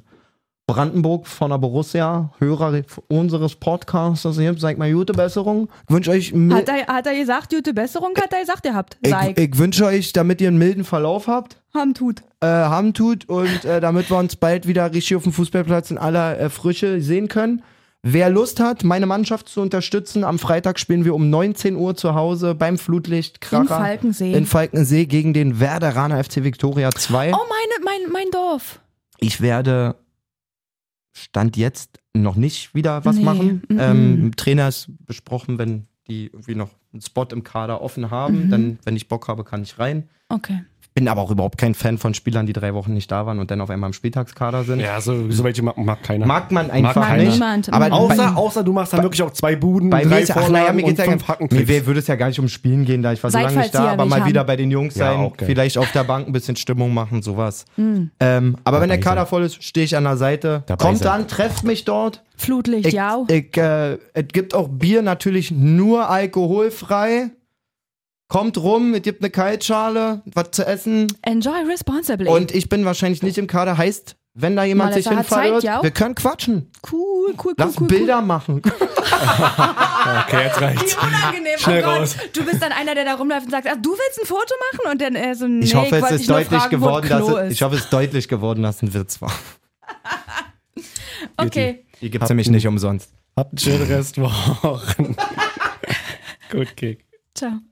C: Brandenburg von der Borussia, Hörer unseres Podcasts, das ihr habt, sagt mal gute Besserung. Ich wünsche euch mi-
D: Hat er, hat er gesagt, gute Besserung, hat er gesagt, ihr habt.
C: ich,
D: Seig.
C: ich wünsche euch, damit ihr einen milden Verlauf habt,
D: Haben tut.
C: äh, haben tut und äh, damit wir uns bald wieder richtig auf dem Fußballplatz in aller äh, Frische sehen können. Wer Lust hat, meine Mannschaft zu unterstützen, am Freitag spielen wir um 19 Uhr zu Hause beim Flutlicht Kracher.
D: In Falkensee.
C: in Falkensee gegen den Werderaner FC Victoria 2.
D: oh, meine, mein, mein Dorf.
C: Ich werde Stand jetzt noch nicht wieder was
D: Nee,
C: machen.
D: mhm.
C: Ähm, Trainer ist besprochen, wenn die irgendwie noch einen Spot im Kader offen haben,
D: Mhm.
C: dann, wenn ich Bock habe, kann ich rein.
D: Okay.
C: Bin aber auch überhaupt kein Fan von Spielern, die drei Wochen nicht da waren und dann auf einmal im Spieltagskader sind.
A: Ja, so, so welche mag, mag keiner.
C: Mag man einfach
A: keiner.
C: nicht.
D: Niemand.
C: Aber
A: außer,
C: bei,
A: außer du machst dann wirklich auch zwei Buden,
C: bei mir
A: drei
C: ist ja, ach, naja,
A: Vorlagen
C: mir
A: und
C: geht's ja
A: fünf
C: gar- mir
A: Hackenklicks.
C: wär- würde es ja gar nicht um Spielen gehen, da ich war so lange nicht da,
D: Seitfallzieher
C: aber
D: nicht
C: mal wieder
D: haben.
C: bei den Jungs
A: Ja,
C: sein,
A: auch geil.
C: vielleicht auf der Bank ein bisschen Stimmung machen, sowas.
D: Hm.
C: Ähm, aber wenn der Kader voll ist, stehe ich an der Seite.
A: Dabei
C: Kommt
A: sein.
C: dann, trefft mich dort.
D: Flutlicht,
C: Ich,
D: ja.
C: ich, äh, es gibt auch Bier natürlich nur alkoholfrei. Kommt rum, es gibt eine Kaltschale, was zu essen.
D: Enjoy responsibly.
C: Und ich bin wahrscheinlich nicht im Kader, heißt, wenn da jemand
D: Mal,
C: sich
D: dass er hat Zeit,
C: hinfallt,
D: ja.
C: wir können quatschen.
D: cool, cool, cool,
C: Lass
D: cool.
C: Bilder machen.
A: Okay,
D: cool.
A: jetzt
D: Wie
A: reicht's.
D: unangenehm.
A: Schnell
D: oh Gott.
A: raus.
D: Du bist dann einer, der da rumläuft und sagt, ach, du willst ein Foto machen? Und dann äh, so, nee,
C: Ich hoffe, es
D: wollte
C: ist
D: dich nur
C: deutlich
D: fragen, wo
C: geworden,
D: ein Klo
C: dass es, ich
D: ist.
C: hoffe, es ist deutlich geworden, dass ein Witz war.
D: Okay.
C: Die gibt's nämlich nicht umsonst.
A: Habt eine schöne Restwoche. Gut, Kick.
D: Ciao.